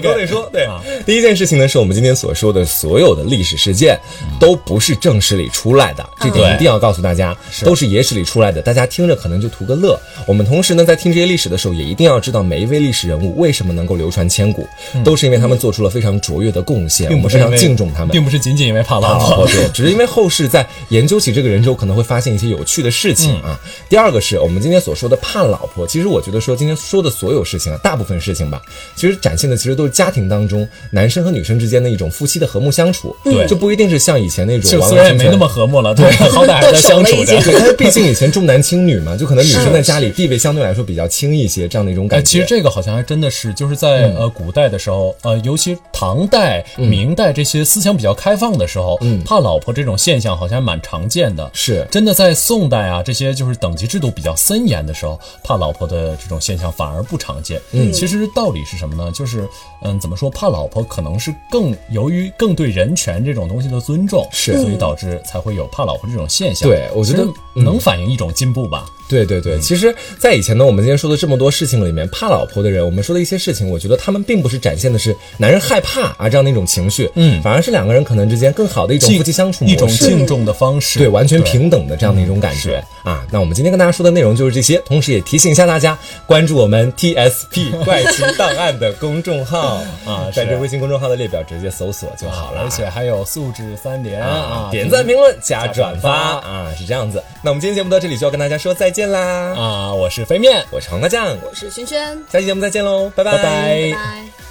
[SPEAKER 2] 都得说。对
[SPEAKER 1] 啊，
[SPEAKER 2] 哦第一件事情呢，是我们今天所说的所有的历史事件，都不是正史里出来的，这点一定要告诉大家，都嗯是野史里出来的。大家听着可能就图个乐。我们同时呢，在听这些历史的时候，也一定要知道每一位历史人物为什么能够流传千古，都是因为他们做出了非常卓越的贡献，我
[SPEAKER 1] 并
[SPEAKER 2] 们
[SPEAKER 1] 不
[SPEAKER 2] 非
[SPEAKER 1] 是因
[SPEAKER 2] 常
[SPEAKER 1] 为
[SPEAKER 2] 敬重他们。
[SPEAKER 1] 并不是仅仅因为怕老
[SPEAKER 2] 啊，
[SPEAKER 1] 婆。
[SPEAKER 2] 哦对，只是因为后世在研究起这个人之后，可能会发现一些有趣的事情
[SPEAKER 1] 嗯
[SPEAKER 2] 啊。第二个是我们今天所说的怕老婆，其实我觉得说今天说的所有事情啊，大部分事情吧，其实展现的其实都是家庭当中男生和女生之间的一种夫妻的和睦相处，
[SPEAKER 1] 嗯对
[SPEAKER 2] 就不一定是像以前那种
[SPEAKER 1] 就
[SPEAKER 2] 完
[SPEAKER 1] 虽
[SPEAKER 2] 完
[SPEAKER 1] 然也
[SPEAKER 2] 全
[SPEAKER 1] 没
[SPEAKER 2] 全
[SPEAKER 1] 那么。和睦了，对，好歹还是在相 处
[SPEAKER 3] 手了已
[SPEAKER 1] 着。
[SPEAKER 2] 对，但是毕竟以前重男轻女嘛，就可能女生在家里地位相对来说比较轻一些，这样的一种感
[SPEAKER 1] 哎，
[SPEAKER 2] 觉。嗯
[SPEAKER 1] 其实这个好像还真的是，就是在呃古代的时候，呃，尤其唐代、明代这些思想比较开放的时候，怕老婆这种现象好像还蛮常见的。
[SPEAKER 2] 嗯是
[SPEAKER 1] 真的在宋代啊，这些就是等级制度比较森严的时候，怕老婆的这种现象反而不常见。嗯，其实道理是什么呢？就是嗯，怎么说，怕老婆可能是更由于更对人权这种东西的尊重，
[SPEAKER 2] 是
[SPEAKER 1] 所以导致才会有怕老婆这种现象。
[SPEAKER 2] 对我觉得嗯
[SPEAKER 1] 其实能反映一种进步吧。
[SPEAKER 2] 对对对，其实，在以前呢，我们今天说的这么多事情里面，怕老婆的人，我们说的一些事情，我觉得他们并不是展现的是男人害怕啊这样的一种情绪，嗯，反而是两个人可能之间更好的一种
[SPEAKER 1] 敬
[SPEAKER 2] 夫妻相处
[SPEAKER 1] 一种
[SPEAKER 2] 模式。
[SPEAKER 1] 敬重的方式，
[SPEAKER 2] 对，完全平等的这样的一种感觉啊！那我们今天跟大家说的内容就是这些，同时也提醒一下大家关注我们 TSP 怪奇档案的公众 号
[SPEAKER 1] 啊
[SPEAKER 2] 在
[SPEAKER 1] 是
[SPEAKER 2] 这微信公众号的列表直接搜索就好了。
[SPEAKER 1] 而且还有素质三连啊，，
[SPEAKER 2] 啊点赞、评论、加转发
[SPEAKER 1] 加转
[SPEAKER 2] 啊，是这样子。那我们今天节目到这里就要跟大家说再见啦！
[SPEAKER 1] 啊，我是飞面，
[SPEAKER 2] 我是黄瓜酱，
[SPEAKER 3] 我是萱萱，
[SPEAKER 2] 下期节目再见喽，拜
[SPEAKER 1] 拜拜
[SPEAKER 3] 拜拜。